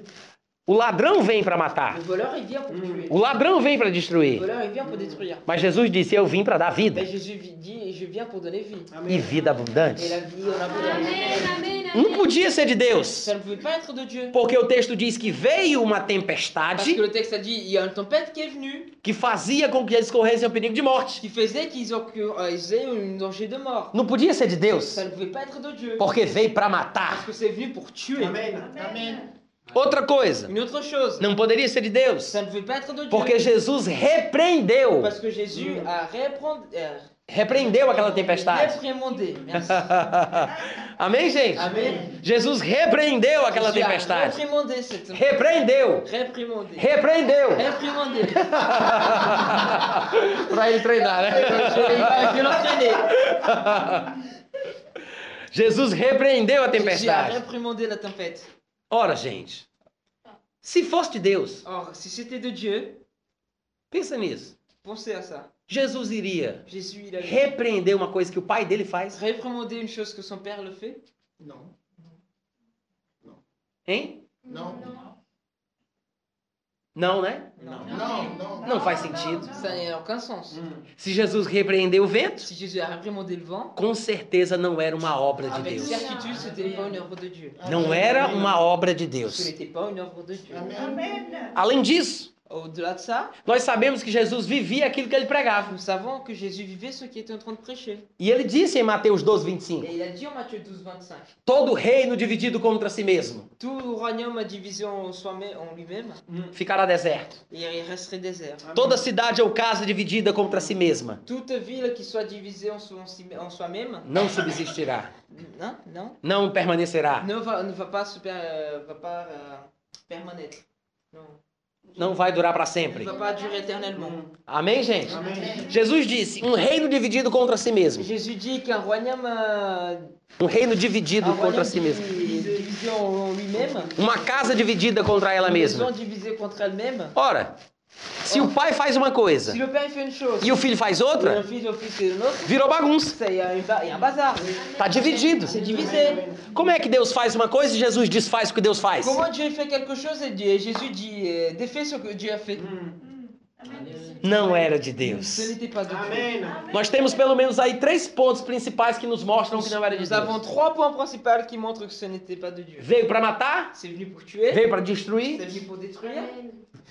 O ladrão vem para matar.
Le voleur il vient pour tuer.
O ladrão vem para
Le
destruir.
voleur il vient pour détruire. Ben,
Mas Jesus disse: Eu vim para dar vida.
Mais Jésus vi- dit je viens pour donner vie.
E vida
Amen.
abundante.
Et la vie en abondance.
amén,
Não Um podia ser de Deus.
Ça ne pouvait pas être de Dieu.
Porque o texto diz que veio uma
Parce que
tempestade
le texte a dit, il y a une tempête qui est venue,
que fazia com que eles corressem o perigo de morte.
qui faisait qu'ils ont- euh, ils aient un danger de mort.
Não podia ser de Deus.
Ça ne pouvait pas être de Dieu.
Porque veio para matar.
Parce que c'est venu pour tuer.
Amém.
Amém.
Outra coisa.
Une autre chose,
Não poderia ser de Deus.
ça ne pouvait pas être de Dieu.
Porque Jesus repreendeu.
Parce que Jésus a réprendre, euh,
Repreendeu aquela tempestade.
réprimandé. Merci.
Amém, gente?
Amen.
Jesus repreendeu aquela
Jésus a
tempestade.
Réprimandé cette
Repreendeu.
Réprimandé.
Repreendeu.
Réprimandé.
pra ele treinar, né?
Je vais je vais l'entraîner.
Jesus repreendeu a
Jésus a
tempestade.
réprimandé la tempête.
Ora, gente. Se fosse de Deus,
Or, si c'était de Dieu,
pensa nisso.
pensez à ça.
Jesus iria
Jésus, il a
repreender uma coisa que o pai dele faz,
réprimandé une chose que son père le fait.
Não.
hein?
Não.
Não, né?
Non.
Não. Não.
Não faz sentido.
Ça n'a aucun sens.
Se Jesus repreendeu o vento,
Si Jésus a réprimandé le vent,
com certeza não era uma obra de
avec
Deus.
certitude, ce n'était pas une œuvre de Dieu.
Não era uma obra de
Ce
Deus.
n'était pas une œuvre de Dieu.
Além disso,
Au-delà de ça, ah,
nós sabemos que Jesus vivia aquilo que ele pregava.
nous savons que Jésus vivait ce qui était en train de prêcher.
E ele disse em Mateus 12, 25:
Et il a dit en Matthieu 12, 25
Todo reino dividido contra si mesmo
Tout royaume à division en soi-même, en lui-même,
ficará deserto.
et il resterait désert.
Toda cidade ou casa dividida contra si mesma
Toute ville qui soit divisée en so- en si- en soi-même,
não subsistirá,
non, non,
não permanecerá,
ne va, ne va pas, se per- euh, va pas euh, permanente. Non.
não vai durar para
Ne
sempre.
va pas durer
Mm.
éternellement.
Mm.
Amém, gente?
Amém.
Jesus disse: Um reino dividido contra si mesmo.
Jésus dit qu'un royaume, euh,
Um reino dividido
un
contra
royaume
si
qui
mesmo.
est divisé en- en lui-même,
Uma casa dividida contra ela
une maison
mesma.
divisée contre elle-même.
Ora, se o pai faz uma coisa
Si le père il fait une chose,
e o filho faz
et un
outra,
fils au fils et un autre,
virou bagunça.
ça, il y, a une ba- il y a un bazar.
Tá dividido.
C'est divisé.
Como é que Deus faz uma coisa e Jesus desfaz o que Deus faz?
Comment Dieu fait quelque chose et Dieu- Jésus dit euh, défait ce que Dieu a fait.
Mm.
Não era de
Ce
Deus.
n'était pas de Dieu.
Amém.
Nós temos pelo menos aí três pontos principais que nos mostram que não era de
Nous avons
Deus.
trois points principaux qui montrent que ce n'était pas de Dieu.
Veio para matar,
C'est venu pour tuer,
veio para
c'est
destruir.
venu pour détruire.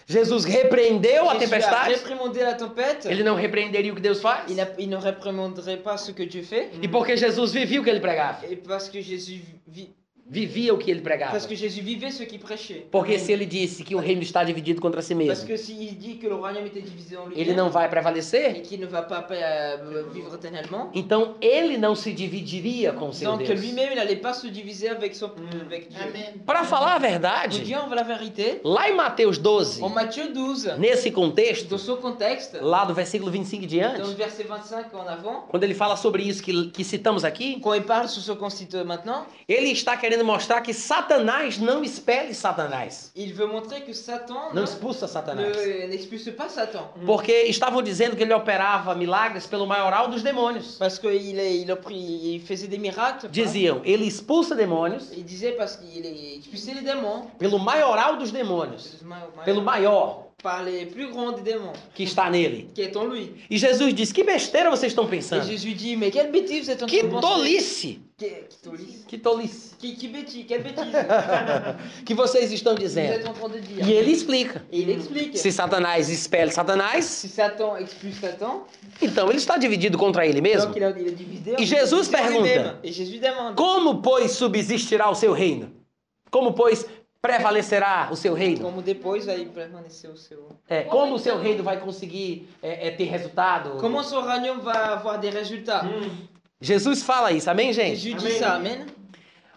Jesus repreendeu a
Jésus a
tempestade.
réprimandé la tempête.
Ele não repreenderia o que Deus faz.
Il, n'a- il ne réprimanderait pas ce que Dieu fait.
E porque Jesus vivia o que ele pregava.
Et parce que Jésus vit,
Vivia o que ele pregava.
parce que Jésus vivait ce qu'il prêchait.
Porque se ele disse que o reino está dividido contra si
Parce
mesmo,
que s'il dit que le royaume était divisé en lui
ele não vai prevalecer,
et qu'il ne va pas euh, vivre éternellement,
Então ele não se dividiria com o seu
donc
Deus.
lui-même il n'allait pas se diviser avec son avec Dieu.
Amém.
Para falar a
Nous
verdade,
disons la vérité.
lá em Mateus 12,
En Matthieu 12,
nesse contexto,
dans ce contexte,
lá do versículo 25 em
dans le
diante,
verset 25 en avant,
quando ele fala sobre isso que, que citamos aqui,
quand il parle sur ce qu'on cite euh, maintenant,
ele está querendo mostrar que Satanás não expele Satanás,
il veut montrer que Satan
não
ne-
expulsa Satanás.
ne- n'expulse pas Satan.
Porque estavam dizendo que ele operava milagres pelo maioral dos demônios.
Parce qu'il est- il a pris- il faisait des miracles. hein.
Diziam, ele expulsa demônios
Il disait parce qu'il est- expulsait les démons.
pelo maioral dos demônios, pelo
Pelo-
maior
Par les plus grands des démons
que está nele.
qui est en lui.
E Jesus diz: Que besteira vocês estão
Et
pensando?
Jésus dit Mais quelle bêtise vous êtes en train
Que
de penser
tolice!
Que- que tolice.
um Que tolice!
Qui, qui bêtise Quelle bêtise Vous
Que vocês estão dizendo.
êtes en train de dire.
E ele explica.
Et il explique
Se Satanás expele Satanás,
Si Satan expulse Satan,
então ele está dividido contra ele mesmo.
donc il a, il a divisé.
Et Jésus
il a divisé
pergunte.
lui-même. Et Jésus demande
Como, pois, subsistirá o seu reino? Como, pois, prevalecerá o seu reino?
Como depois vai permanecer o seu.
É, como o seu reino vai conseguir é, é, ter resultado?
Comment son royaume va avoir des résultats
Jesus fala isso, amém, gente?
Jésus dit
Amen.
ça, amen.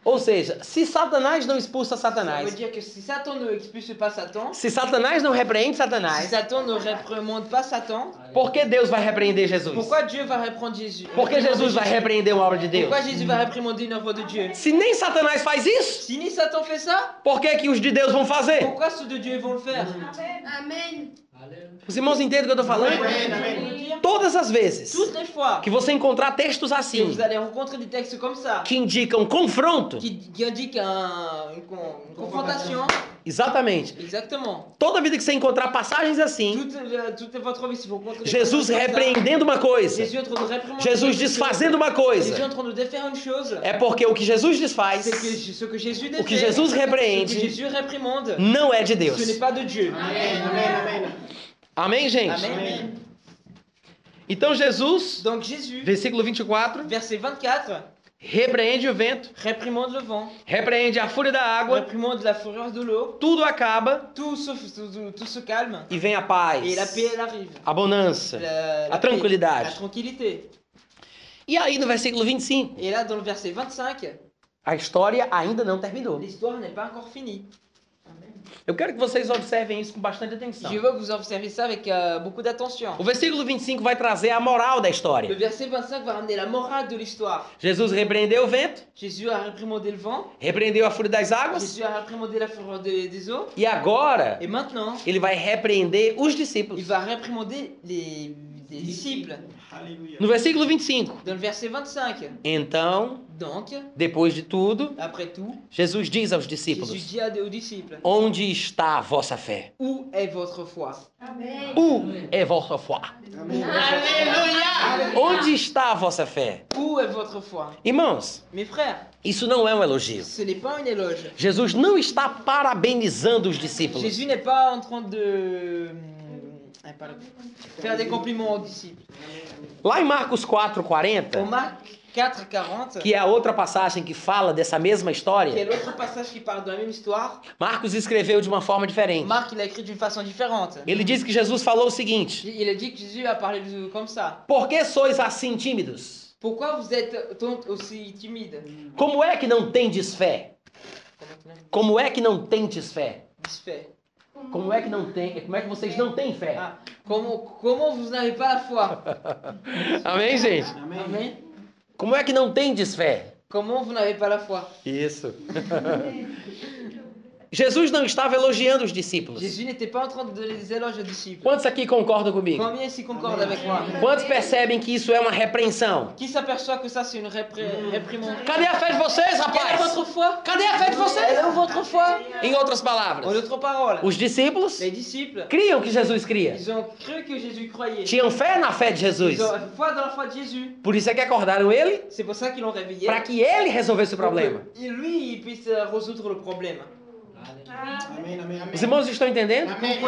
Ou seja, se Satanás não expulsa
Ça veut
Satanás,
dire que si Satan ne expulse pas Satan,
se Satanás não repreende
si
Satanás,
Satan ne réprimande pas Satan,
por que Deus vai repreender Jesus?
pourquoi Dieu va reprendre Jésus
Por que Jesus vai repreender uma obra de Deus?
Pourquoi Jésus va réprimander une œuvre de Dieu
Se nem Satanás faz isso,
Si ni Satan fait ça,
Por que, que os de Deus vão fazer?
pourquoi ceux de Dieu vont le faire
Amém.
Os irmãos entendem o que eu tô falando?
Amém,
Todas as vezes
Toutes les fois
que você encontrar textos
que
assim,
vous allez rencontrer des textes comme ça,
que indicam confronto,
qui, qui indiquent un- une, con- une confrontation,
exatamente.
exactement.
Toda vida que você encontrar passagens assim,
Toute, euh, toute votre vie, si vous rencontrez des
Jesus
personnes comme ça,
repreendendo uma coisa,
Jésus est en train de réprimander
Jesus
quelque chose.
desfazendo uma
Jésus est
coisa,
en train de défaire une chose.
é porque o que Jesus
C'est que
desfaz
je- ce que Jésus
O que
défait,
Jesus repreende,
ce que Jésus réprimande,
não é de Deus.
ce n'est pas de Dieu.
Amém, amém, amém.
Amém, gente?
Amém.
Então Jesus,
Donc Jésus,
versículo 24,
verset 24,
repreende o vento,
réprimande le vent,
repreende a fúria da
Ah
água,
réprimande la fureur de l'eau,
tudo acaba
tout se, tout, tout- tout se calme
e vem a paz,
et la paix elle arrive.
a bonança,
La, la
a
paix, la
tranquilidade.
tranquillité.
E aí no versículo 25,
Et là, dans le verset 25,
a história ainda não terminou.
l'histoire n'est pas encore finie.
Eu quero que vocês observem isso com bastante atenção.
Je veux que vous observiez ça avec euh, beaucoup d'attention.
O versículo 25 vai trazer a moral da
Le
história.
verset 25 va ramener la morale de l'histoire.
Jesus repreendeu o vento,
Jésus a réprimandé le vent,
repreendeu a fúria das águas,
Jésus a réprimandé la fureur des, des eaux,
e agora
et maintenant,
ele vai repreender os
il
discípulos.
va réprimander les, les disciples.
Aleluia.
No versículo 25,
Dans le verset 25,
então,
donc,
depois de tudo,
après tout,
Jesus diz aos
Jésus
discípulos:
dit à- aux disciples,
Onde está a vossa fé?
où est votre foi
Amém.
O é vossa fé.
Amém.
Aleluia.
Onde está a vossa fé?
Où est votre foi
Irmãos,
Mes frères,
isso não é um elogio.
ce n'est pas une éloge.
Jesus não está parabenizando os discípulos.
Jésus n'est pas en train de hum, ah, pardon, faire des compliments aux disciples.
Lá em Marcos
On
4:40,
Marc 4, 40, qui
que é a outra passagem que fala dessa mesma
est
história,
l'autre passage qui parle de la même histoire,
Marcos escreveu de uma forma diferente.
Marc il a écrit d'une façon différente.
Ele diz que Jesus falou o seguinte:
Il a dit que Jésus a parlé de- comme ça.
Por que sois assim tímidos?
Pourquoi vous êtes donc aussi timide
Como é que não tendes fé?
Comment tu l'as
Como é que não tendes fé?
Disfait.
Como é que não tem? Como é que vocês não têm fé?
Ah. Comment, comment vous n'avez pas la foi
Amém, gente?
Amém.
Amen.
Como é que não tendes fé?
Comment vous n'avez pas la foi
Isso. Jesus não estava elogiando os discípulos.
Jésus n'était pas en train de les éloger aux disciples.
Quantos aqui concordam comigo?
Combien s'y concordent avec moi
Quantos percebem que isso é uma repreensão?
Qui s'aperçoit que ça c'est une répré- réprimande
Cadê a fé de vocês,
Quelle est
rapaz?
votre foi
Cadê a fé de vocês?
Elle est où votre foi
Em outras
En
palavras,
d'autres paroles,
os discípulos
les disciples,
criam que Jesus cria.
ils ont cru que Jésus croyait.
Tinham fé na fé de Jesus.
Ils ont foi dans la foi de Jésus.
Por isso é que acordaram ele
C'est pour ça qu'ils l'ont réveillé.
para que ele resolvesse o
Pour que
problema.
Lui, il puisse euh, résoudre le problème.
Amém, amém, amém.
Os irmãos estão entendendo?
Amém.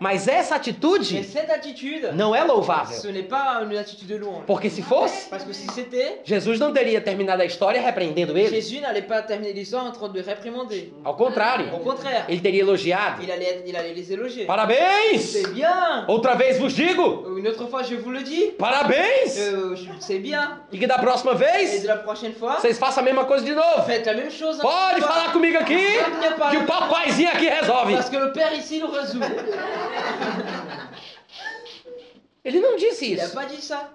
Mas essa
Mais
atitude
cette attitude,
não é
ce
louvável.
n'est pas une attitude de louange.
Porque se fosse,
Parce que si c'était,
Jesus não teria terminado a história repreendendo ele.
Jésus n'allait pas terminer l'histoire en train de le réprimander.
Ao contrário,
Au contraire,
ele teria elogiado.
il allait, il allait les éloger.
Parabéns!
C'est bien euh,
Outra vez vos digo,
Une autre fois, je vous le dis,
parabéns!
euh, je- c'est bien.
E que da próxima
Et
vez
de la prochaine fois,
vocês façam a mesma coisa de novo.
faites la même chose. hein.
Pode falar comigo aqui
Venez par
que
là.
o papaizinho aqui resolve.
Parce que le Père ici le résout.
Ele não disse
Il n'a
isso.
pas dit ça.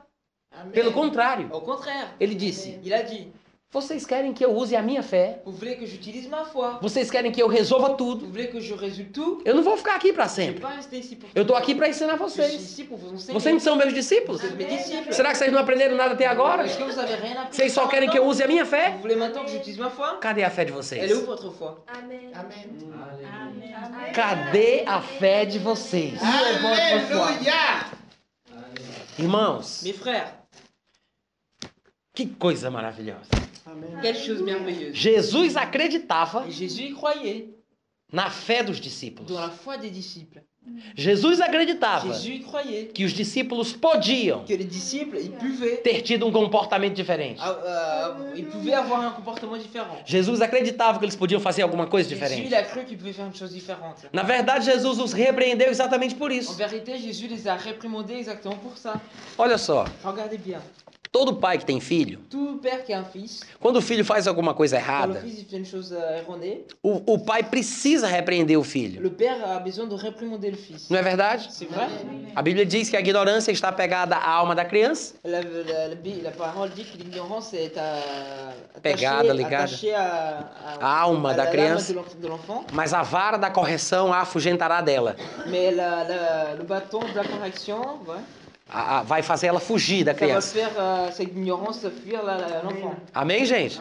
Pelo contrário,
Au contraire,
ele disse:
il a dit
Vocês querem que eu use a minha fé?
Vous voulez que j'utilise ma foi
Vocês querem que eu resolva tudo?
Vous voulez que je résulte tout
Eu não vou ficar aqui para
Je ne vais
sempre.
pas rester ici pour
Eu tô aqui para ensinar
Je suis
vocês.
ici pour vous enseigner.
Vocês não são meus discípulos?
Vous êtes mes disciples.
Será que vocês não aprenderam nada até agora?
Est-ce que vous avez rien appris
Vocês só querem que eu use a minha fé?
Vous voulez maintenant que j'utilise ma foi
Cadê a fé de
Elle est où
vocês?
votre foi
Amém.
Amém.
Amém.
Cadê a fé de vocês?
Ah, Aleluia.
Irmãos,
Mes frères,
que coisa maravilhosa.
Amém.
quelle chose merveilleuse.
Jesus acreditava
Et Jésus y croyait
na fé dos discípulos.
dans la foi des disciples.
Jesus acreditava
Jésus y croyait
que os discípulos podiam
que les disciples, ils buvaient.
ter tido um comportamento diferente.
Ah, euh, ils pouvaient avoir un comportement différent.
Jesus acreditava que eles podiam fazer alguma coisa
Jésus,
diferente.
il a cru qu'ils pouvaient faire une chose différente.
Na verdade, Jesus os repreendeu exatamente por
En
isso.
vérité, Jésus les a réprimandés exactement pour ça.
Olha só,
Regardez bien.
Todo pai que tem filho,
Tout père qui a un fils,
quando o filho faz alguma coisa
quand le
errada,
fils il fait une chose euh, erronée,
o, o pai precisa repreender o filho.
le père a besoin de réprimander le fils.
Não é verdade?
C'est vrai
A Bíblia diz que a ignorância está pegada à alma da criança.
la, la- la Bi- la parole dit que l'ignorance est à-
Pegada,
attachée,
ligada.
attachée à, à-
A alma
à
da
la lame
criança.
de l'enf- de l'enfant,
Mas a vara da correção a afugentará dela.
mais la- la- le bâton de la correction, ouais,
A- a- vai fazer ela fugir da
ça va
criança.
faire euh, cette ignorance fuir la- la- l'enfant.
Amém, gente?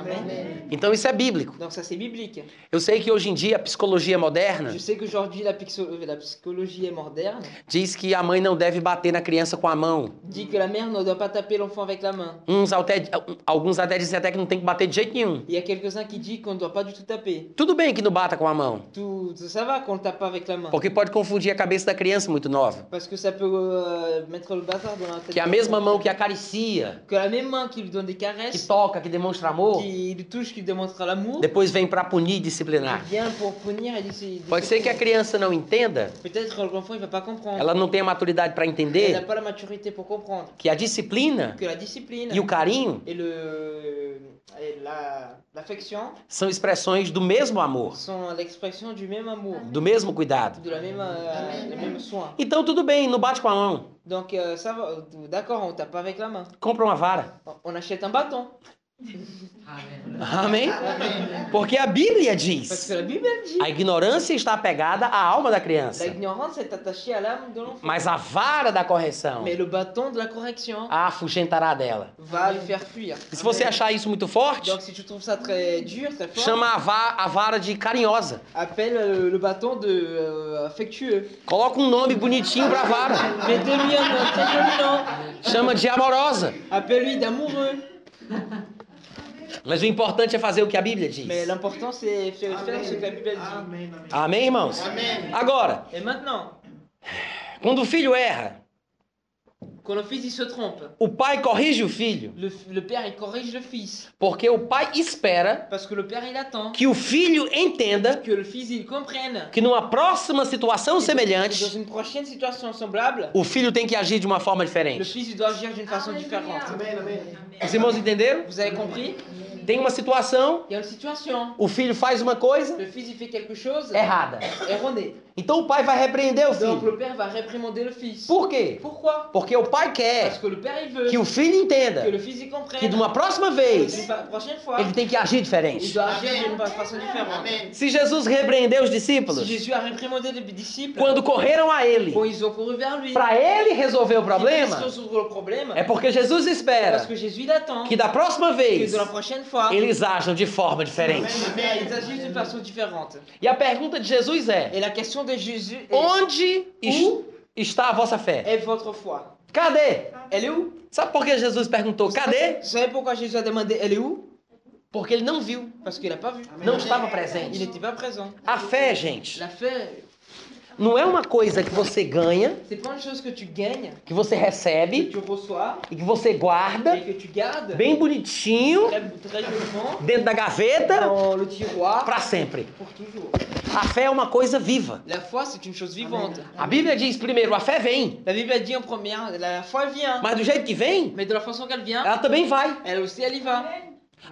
Então isso é bíblico.
Donc ça c'est biblique.
Eu sei que hoje em dia a psicologia moderna
Je sais qu'aujourd'hui la, pixo- euh, la psychologie est moderne,
diz que a mãe não deve bater na criança com a mão.
dit que la mère ne doit pas taper l'enfant avec la main.
Uns até, alguns até dizem até que não tem que bater de jeito nenhum.
Il y a quelques-uns qui disent qu'on ne doit pas du tout taper.
Tudo bem que não bata com a mão,
Tout, ça va qu'on ne tape pas avec la main.
porque pode confundir a cabeça da criança muito nova.
Parce que ça peut euh, mettre le bazar dans la tête.
Que a mesma mão que acaricia,
Que la même main qui lui donne des
que
caresses,
toca, que demonstra amor,
qui lui touche, qui lui démontre l'amour,
depois vem para punir e disciplinar.
vient pour punir et lui- lui-
Pode ser que a criança não entenda,
Peut-être que l'enfant il va pas comprendre.
ela não tenha maturidade para
Elle n'a
entender
pas la maturité pour comprendre.
que a disciplina
Que la discipline
e o carinho
et le et la- l'affection
são expressões do mesmo amor,
sont l'expression du même amour,
do mesmo cuidado.
de la même, euh, le même soin.
Então tudo bem, não bate com a mão,
Donc euh, ça va, euh, d'accord, on tape pas avec la main.
compra uma vara.
On- On achète un bâton.
Amém? Porque a Bíblia
Parce
diz:
que la Bible elle dit
a ignorância está apegada à alma da criança,
l'ignorance est attachée à l'âme de l'enfant.
mas a vara da correção
Mais le bâton de la correction
a afugentará dela.
va le faire fuir.
E se você achar isso muito forte,
Donc si tu trouves ça très dur, très fort,
chama a, va- a vara de carinhosa.
appelle euh, le bâton de euh, affectueux.
Coloca um nome bonitinho pra vara.
Mettez-lui un nom très joli nom.
Chama de amorosa.
Appelle-lui d'amoureux.
Mas o importante é fazer o que a Bíblia diz.
Mais l'important c'est faire, faire ce que la Bible elle dit.
Amém, amém.
Amém, irmãos?
Amém.
Agora,
Et maintenant,
quando o filho erra,
quand le fils il se trompe,
o pai corrige o filho,
le, f- le père il corrige le fils.
porque o pai espera
Parce que le père il attend
que o filho entenda
que le fils il comprenne.
que numa próxima situação
Et Dans
semelhante,
une prochaine situation semblable,
o filho tem que agir de uma forma
le
diferente.
fils il doit agir d'une
Ah,
façon différente.
Amém, amém.
Os irmãos entenderam?
Vous avez compris
Tem uma situação,
Il y a une situation.
o filho faz uma coisa
Le fils, il fait quelque chose
errada.
erroné.
Então o pai vai repreender o
Donc
filho.
le père va réprimander le fils.
Por quê?
Pourquoi
Porque o pai
Parce
quer
que le père, il veut
que
que
o filho entenda
le fils, il
que
comprenne.
de uma próxima
Et
vez
d'une pa- prochaine fois,
ele tem que agir
il
diferente.
doit agir d'une façon différente.
Amém.
Se Jesus repreendeu os discípulos
Si Jésus a réprimandé les disciples,
quando correram a ele
bon, ils ont couru vers lui.
para ele resolver o
Ils
problema,
ont résolu le problème.
é porque Jesus espera
Parce que Jésus, il attend
que da próxima
É. que
vez
de la prochaine fois,
eles ajam de forma diferente.
ils agissent d'une façon différente.
E a pergunta de Jesus é:
Et la question de Jésus est
onde es- está a vossa fé?
est votre foi
Cadê?
Elle est où
Sabe por que Jesus perguntou cadê?
Vous savez pourquoi Jésus a demandé elle est où
Porque ele não viu,
Parce qu'il n'a pas vu.
não estava
Il
presente.
n'était pas présent.
A fé, gente,
La fête,
não é uma coisa que você ganha,
c'est pas une chose que tu gagnes,
que você
que
recebe
tu reçois
e que você guarda
et que tu gardes
bem bonitinho
très, très joliment
dentro da gaveta
dans le tiroir
para sempre.
pour toujours.
A fé é uma coisa viva.
La foi, c'est une chose vivante.
A Bíblia diz primeiro, a fé vem,
La Bible a dit en première, la foi elle vient,
mas do jeito que vem,
mais de la façon qu'elle vient,
ela também vai.
elle aussi elle y va.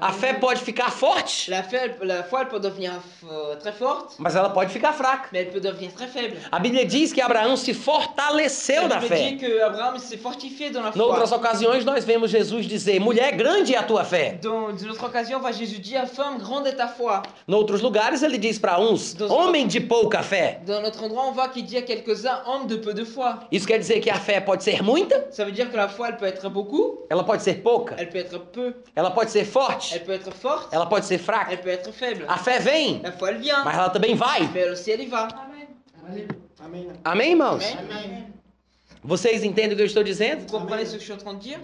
A fé pode ficar forte,
La, foi, elle, la foi, elle peut devenir euh, très forte,
mas ela pode ficar fraca.
mais elle peut devenir très faible.
A Bíblia diz que Abraão se fortaleceu
la
na
Bible dit
fé.
que Abraham s'est fortifié dans la
Em
foi.
outras ocasiões, nós vemos Jesus dizer: mulher, grande é a tua fé.
Dans une autre occasion, on va Jésus dire, femme, grande est ta foi.
Em outros lugares, ele diz para uns: homem de pouca fé.
Dans notre endroit, on voit qu'il dit à quelques-uns, homme de peu de foi.
Isso quer dizer que a fé pode ser muita,
Ça veut dire que la foi, elle peut être beaucoup,
ela pode ser pouca,
elle peut être peu,
ela pode ser forte,
elle peut être forte,
ela pode ser fraca.
elle peut être faible.
A fé vem,
La foi, elle vient,
mas ela também vai.
mais elle aussi, elle y va.
Amém.
Amém, irmãos?
Amém.
Amém.
Vocês entendem o que eu estou dizendo?
Vous comprenez ce que je suis en train de dire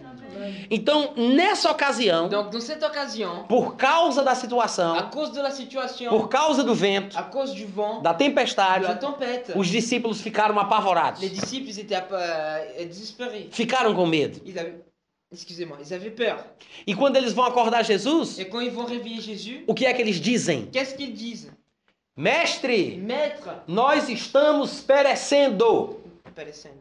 Então, nessa ocasião,
Donc, dans cette occasion,
por causa da
à
situação,
cause de la situation,
por causa do vento,
à cause du vent,
da
de la
tempestade,
tempête,
os discípulos ficaram apavorados,
les disciples, ils étaient euh, désespérés.
ficaram com medo.
Ils avaient... Excusez-moi, ils avaient peur.
E quando eles vão acordar Jesus,
Et quand ils vont réveiller Jésus,
o que é que eles dizem?
qu'est-ce qu'ils disent
Mestre,
Maître,
nós estamos perecendo.
perecendo.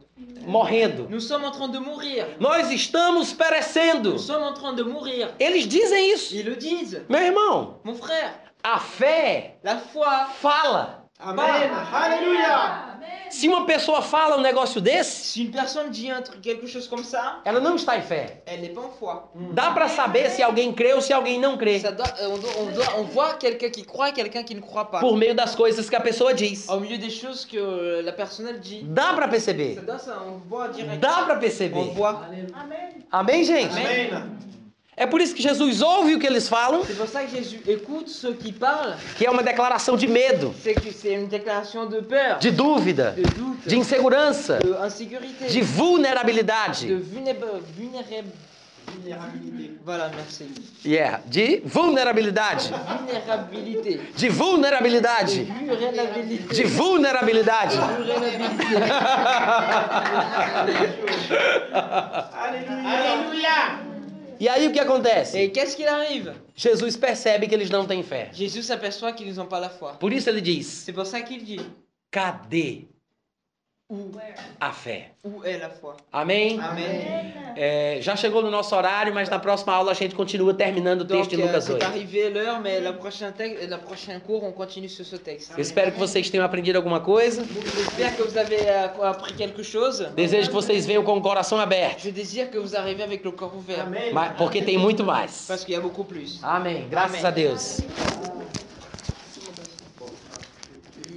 morrendo.
Nous sommes en train de mourir.
Nós estamos perecendo.
Nous sommes en train de mourir.
Eles dizem isso.
Ils le disent.
Meu irmão,
Mon frère,
a fé
la foi.
fala.
Amém. Aleluia.
Se uma pessoa fala um negócio desse,
Si une personne dit un truc, quelque chose comme ça,
ela não está em fé.
elle n'est pas en foi.
Dá pra saber se alguém crê ou se alguém não crê
Ça doit- euh, on, doit- on doit- on voit quelqu'un qui croit et quelqu'un qui ne croit pas.
por meio das coisas que a pessoa diz.
Au milieu des choses que euh, la personne elle dit.
Dá pra
Ça
perceber.
doit, ça, on voit direct.
Dá pra
On
perceber.
voit.
Amém, gente?
Amém.
É por isso que Jesus ouve o que eles falam,
C'est pour ça que Jésus écoute ceux qui parlent.
que é uma declaração de medo,
C'est que c'est une déclaration de peur,
de dúvida,
de doute,
de insegurança,
de insécurité,
de
de
vulnerabilidade.
vulné- vulnérabilité.
Vulnerabilité.
Voilà, merci.
Yeah, é, de vulnerabilidade.
Vulnérabilité.
De vulnerabilidade.
Vulnérabilité.
De vulnerabilidade.
Vulnérabilité.
Aleluia.
Alléluia.
E aí o que acontece?
Et qu'est-ce qu'il arrive
Jesus percebe que eles não têm fé.
Jésus s'aperçoit qu'ils n'ont pas la foi.
Por isso ele diz:
C'est pour ça qu'il dit
cadê
où,
a fé?
où est la foi
Amém?
Amen.
É, já chegou no nosso horário, mas na próxima aula a gente continua terminando o
Donc,
texto de
euh,
Lucas
c'est
8.
arrivé l'heure, mais la prochaine, texte, la prochaine cours, on continue sur ce texte.
Eu espero que vocês tenham aprendido alguma coisa.
J'espère que vous avez euh, appris quelque chose.
Desejo que vocês venham com o coração aberto,
Je désire que vous arriviez avec le corps ouvert,
Amém.
mas- porque tem muito mais.
parce qu'il y a beaucoup plus.
Amém. Graças
Amém.
a Deus.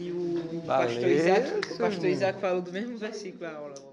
E o
Valeu.
pastor Isaac, o pastor Isaac falou do mesmo versículo. a aula.